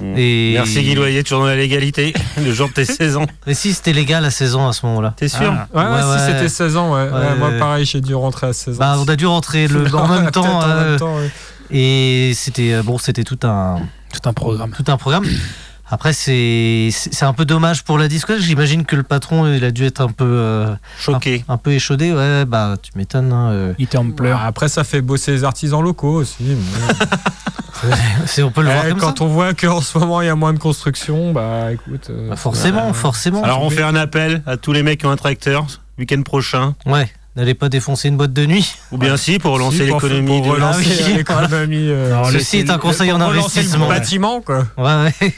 B: Mm.
A: Et...
B: Merci Guy Loyer, toujours dans la légalité. Le jour de tes 16 ans.
A: Mais si, c'était légal à 16 ans à ce moment-là.
B: T'es sûr
D: Ah.
C: Ouais, ouais,
A: Ouais, ouais.
C: si c'était 16 ans, ouais.
A: Ouais,
C: Ouais,
A: ouais.
C: Moi, pareil, j'ai dû rentrer à 16 ans.
A: Bah, on a dû rentrer le... en même
C: Peut-être
A: temps.
C: en
A: euh,
C: même temps, ouais.
A: Et c'était euh, bon, c'était tout un
D: Tout un programme.
A: tout un programme. Après, c'est c'est c'est un peu dommage pour la discothèque. J'imagine que le patron, il a dû être un peu euh,
B: Choqué.
A: un peu échaudé. Ouais, bah tu m'étonnes. hein, euh.
D: Il était en pleurs.
C: Ah, Après, ça fait bosser les artisans locaux aussi. mais-
A: C'est- on peut le voir
C: Eh,
A: comme
C: quand
A: ça.
C: on voit qu'en ce moment il y a moins de construction, bah écoute. euh,
A: Bah, forcément,
C: euh,
A: forcément.
B: Alors on fait un appel à tous les mecs qui ont un tracteur. Week-end prochain,
A: ouais, N'allez pas défoncer une boîte de nuit.
B: Ou bien si, pour relancer
C: Si, pour-
B: l'économie
C: Pour
B: de-
C: relancer
A: Ah oui, voilà.
C: l'économie. euh,
D: Non,
A: Ceci
D: laissez-
A: est un conseil en
C: pour relancer
A: investissement.
C: le bâtiment, quoi.
A: Ouais, ouais.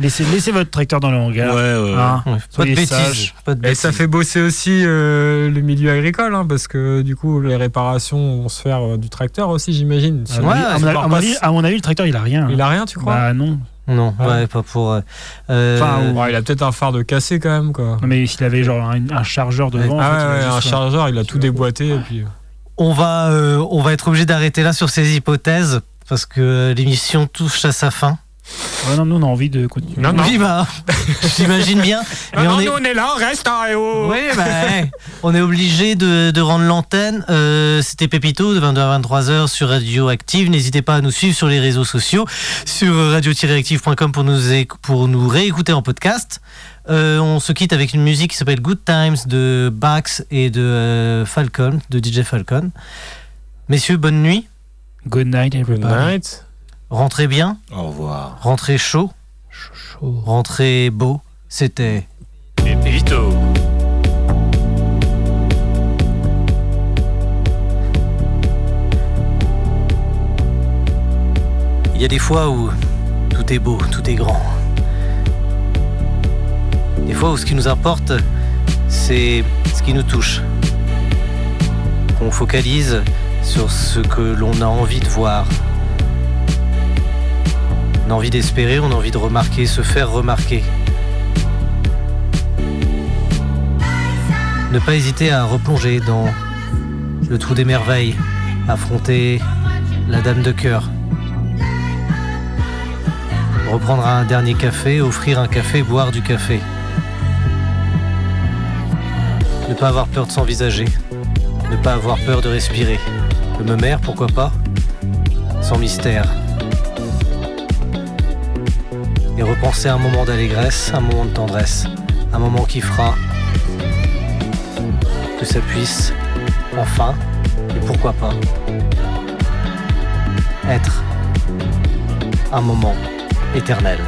D: Laissez, laissez votre tracteur dans le
B: Ouais,
D: hangar.
B: ouais.
D: Hein.
A: Ouais, Pas de
D: Soyez
A: bêtises.
D: sages.
A: Pas de
C: Et ça
A: bêtises.
C: fait bosser aussi euh, le milieu agricole, hein, parce que du coup, les réparations vont se faire euh, du tracteur aussi, j'imagine. Si
A: Ah,
C: on
A: Ouais,
C: dit-
A: ouais,
D: à,
C: si on
D: mon, avis- à
C: part
D: mon
C: pas-
D: avis, à mon avis, le tracteur, il a rien.
C: Il a rien, tu crois
D: Bah non.
A: Non,
C: Ouais.
A: ouais, pas pour. euh, euh,
D: Enfin, ou-
C: Ouais, bah, Il a peut-être un phare de cassé quand même, quoi.
D: Non, mais s'il avait genre un, un chargeur devant.
C: Ah
D: en fait, il
C: ouais,
D: a
C: ouais,
D: juste
C: un chargeur, il a tout déboîté. Et puis... euh,
A: on va, euh, on va être obligé d'arrêter là sur ces hypothèses parce que euh, l'émission touche à sa fin.
D: Ouais, non, nous, on a envie de continuer.
C: Non, non.
A: Oui, bah, j'imagine bien. mais on est,
C: est là, on reste.
A: Oui, bah, ouais. on est obligé de, de rendre l'antenne. Euh, C'était Pépito de 22 à 23h sur Radio Active. N'hésitez pas à nous suivre sur les réseaux sociaux, sur radio-active.com pour nous, éc- pour nous réécouter en podcast. Euh, on se quitte avec une musique qui s'appelle Good Times de Bax et de euh, Falcon, de DJ Falcon. Messieurs, bonne nuit.
D: Good night, everybody.
A: Rentrez bien,
B: Au revoir.
A: rentrez chaud, rentrez beau. C'était Il y a des fois où tout est beau, tout est grand. Des fois où ce qui nous importe, c'est ce qui nous touche. Qu'on focalise sur ce que l'on a envie de voir. On a envie d'espérer, on a envie de remarquer, se faire remarquer. Ne pas hésiter à replonger dans le trou des merveilles, affronter la dame de cœur reprendre un dernier café, offrir un café, boire du café. Ne pas avoir peur de s'envisager, ne pas avoir peur de respirer. Le me mère, pourquoi pas Sans mystère. Et repenser à un moment d'allégresse, un moment de tendresse, un moment qui fera que ça puisse, enfin, et pourquoi pas, être un moment éternel.